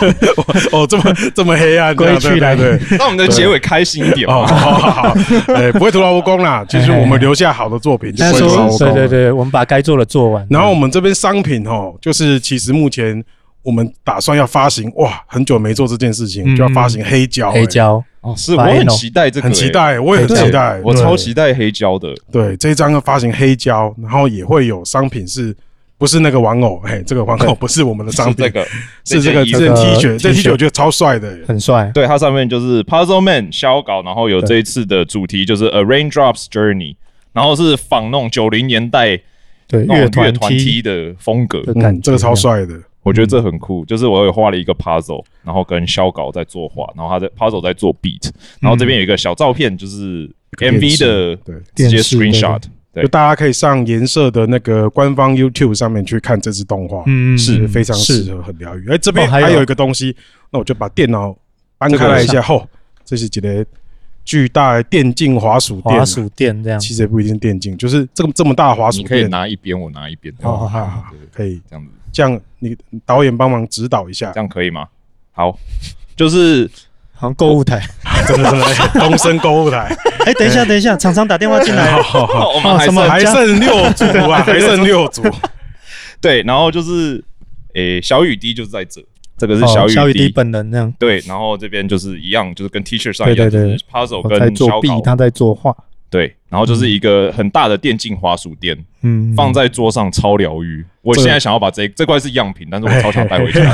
哦这么这么黑暗，归去来对对对对让我们的结尾开心一点哦，嘛，好好 好，哎，不会徒劳无功啦。其实我们留下好的作品就那不会徒劳哎说无功对了。对对，我们把该做的做完，然后我们这边商品哦，就是其实目前我们打算要发行，哇，很久没做这件事情，嗯就要发行黑胶，黑哎，胶哦是我很期待这个，很期欸，待，我也很对期待，我对超期待黑胶的，对这一张要发行黑胶，然后也会有商品是。不是那个玩偶，哎，这个玩偶不是我们的商是品这，个，是这个件衣这件服 T 这恤，个这 T T 恤恤我觉得超帅的耶，很帅，对，它上面就是 Puzzle Man 肖稿，然后有这一次的主题就是 A Raindrops Journey，然后是仿那种九零年代对那种哦乐团团梯 T 的风格，的感嗯，觉，这个超，帅的。我觉得这很酷。就是我有画了一个 puzzle，然后跟肖稿在作画，然后他在 puzzle 在做 beat，然后这边有一个小照片，就是电视 MV 的对，直接电视 screenshot，对就大家可以上颜色的那个官方 YouTube 上面去看这支动画，嗯，嗯是嗯非常适合，很疗愈。哎，这边哦还有还有一个东西，那我就把电脑搬这开个来一下，吼，这是几个巨大的电竞滑鼠垫啊滑，鼠垫这样，其实也不一定电竞，就是这个这么大的滑鼠你可以垫，拿一边，我拿一边，好好哦，好好，可以这样子。这样，你导演帮忙指导一下这，样可以吗？好，就是好像购物台。真的真的， 东升购物 台，哎，等一下，等一下，厂商打电话进 来了，好好好 我们还什么剩还剩六 组啊，还剩六组，对，然后就是诶，小雨滴就是在这，这个是哦小小雨雨滴滴。本人这样，对，然后这边就是一样，就是跟 T 恤上一对样，对对就是 puzzle 我在跟作小弊，稿，哦他在作画，对，然后就是一个很大的电竞滑鼠垫，嗯，放在桌上超疗愈。我现在想要把这这块是样品，但是我超想带回 家。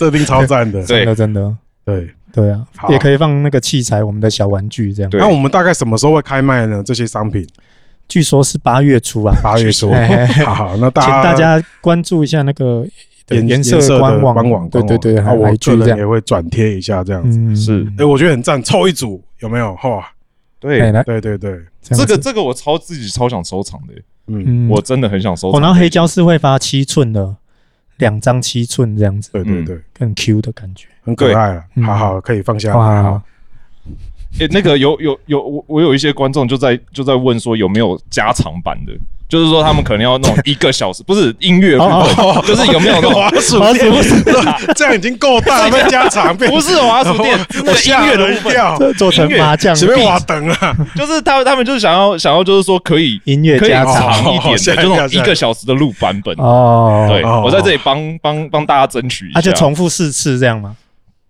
这一定超赞的，对真的真的，对。对啊好，也可以放那个器材，我们的小玩具这样。对那我们大概什么时候会开卖呢？这些商品据说是八月初啊，八 月初嘿嘿，嘿好好，那请大大家关注一下那个的啊颜颜色的官网，官网，对对对，然还后我还个去这人样，也会转贴一下这样子。嗯，是哎，我觉得很赞，凑一组有没有？哇，哎对，来对对对，这样个子这个我超自己超想收藏的，嗯，嗯我真的很想收哦，藏。然后黑胶是会发七寸的，两张七寸这样子，对对对，更 Q 的感觉。很可爱啊，嗯好好可以放下。哇啊好，诶，那个有有有，我我有一些观众就在就在问说有没有加长版的。就是说，他们可能要弄一个小时，不是音乐部哦分，就是有没有那种鼠店这样已经够大，再加长变不是滑鼠垫，哦是那我个音吓乐了的一部分，跳，做成麻将随便挖等啊， 就是他他们就是想要想要就是说可以音乐可以加长长一点哦的，吓一跳就那种吓一一跳个小时的录版本，哦，对，哦我在这里帮帮帮大家争取一下，啊，就重复四次这样嘛。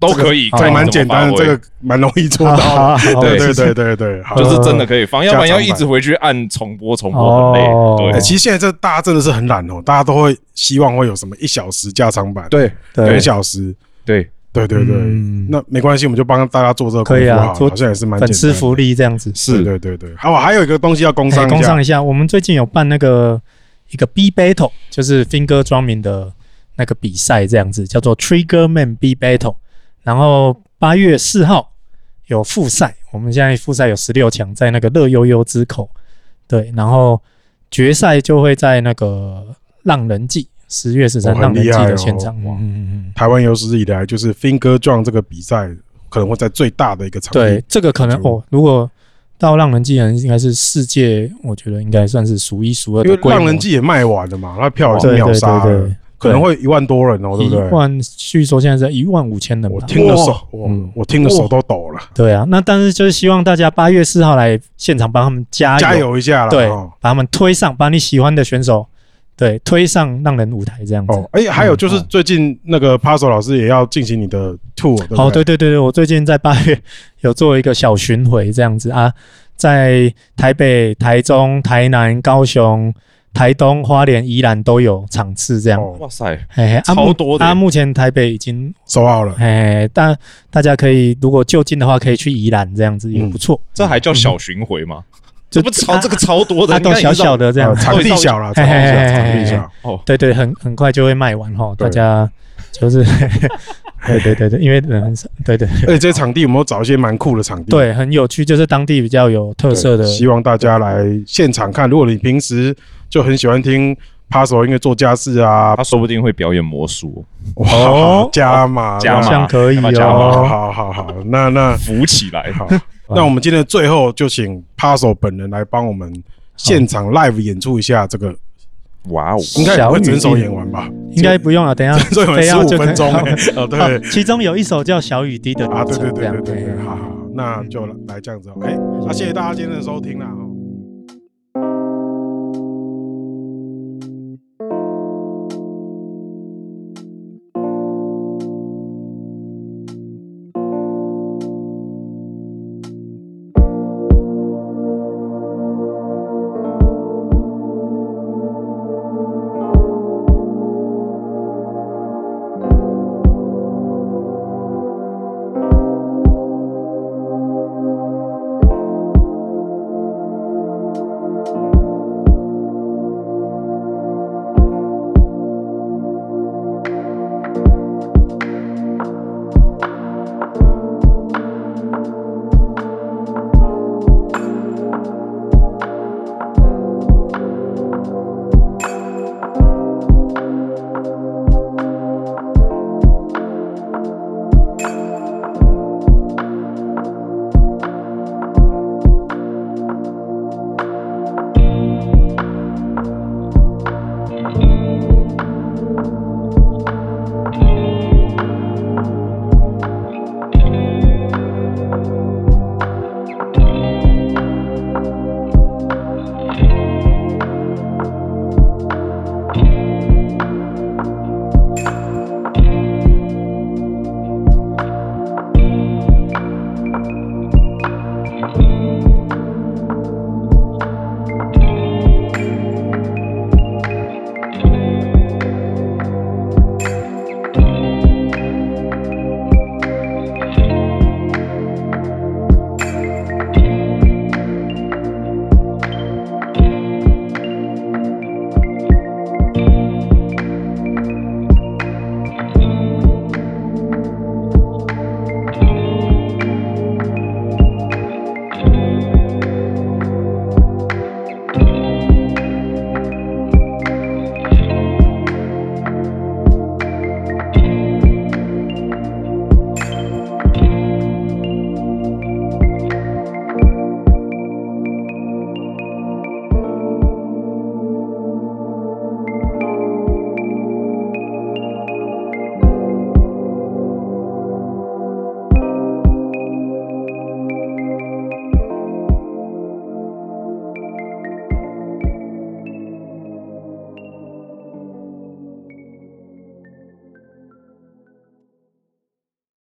都可以，这看个你蛮怎么简单的，发这挥个蛮容易做到。 好，好对对对对对对，好就是真的可以放，要不然呃加长要版一直回去按重播，重播很累。哎、对哦，其实现在这大家真的是很懒哦，大家都会希望会有什么一小时加长版，对两对，小时，对，对对对。嗯那没关系，我们就帮大家做这个功可以夫啊好了做好像也是蛮简粉单丝的。福利这样子。对是对对对。好，我还有一个东西要工哎商一工下商，一下，我们最近有办那个一个 B Battle，就是 Finger Drumming 的那个比赛，这样子叫做 Trigger Man B Battle。然后八月四号有复赛，我们现在复赛有十六强，在那个乐悠悠之口，对，然后决赛就会在那个浪人季，十月十三哦很浪人厉季害的哦现场，哇嗯嗯嗯，台湾有史以来就是 Finger Drum 这个比赛可能会在最大的一个场地对，这个可能就哦，如果到让人纪人应该是世界，我觉得应该算是数一数二因的为规模。浪人季也卖完了嘛，那票也是对秒对杀对了对，，可能会一万多人哦，对不一对？万，据说现在在一万五千人我吧。听的手，嗯我我听的手都抖了，对啊，那但是就是希望大家八月四号来现场帮他们加油，加油一下啦！哎对哦，把他们推上，把你喜欢的选手对推上让人舞台这样子。哦，哎，嗯还有就是最近那个 p a s o 老师也要进行你的 tour，对不哦，对对对对对，我最近在八月有做一个小巡回这样子啊，在台北、台中、台南、高雄、台东、花莲、宜兰都有场次这样。哦哇塞，哎，啊超目多的啊！目前台北已经收好了，哎，大大家可以如果就近的话，可以去宜兰这样子也不错。嗯这还叫小巡回吗？就这不啊超这个超多的，它应该都已经小到哦小的这样呃子，场地小了，嘿场嘿地嘿小，嘿场地嘿小，对对，很很快就会卖完哈，大对家就是 对对对对，因为人很少，对对而且这些场地有没有找一些蛮酷的场地？对，很有趣，就是当地比较有特对，色的，希望大家来现场看。如果你平时就很喜欢听 p a s o 音乐做家事啊，他说不定会表演魔术，哇哦，加码加好码像可以要不要加码好哦。好好好，那那浮起来。 好，那我们今天的最后就请 p a s o 本人来帮我们现场 live 演出一下这个，哇哦，应该也不会小整雨首滴演完吧？应该不用了，啊等一下整首演等一下完十就五可以分钟，哦欸 哦对哦其中有一首叫《小雨滴》的啊，对对这对样对对对，哎好好，那就来这样子哦，哎，那谢谢大家今天的收听啦。哦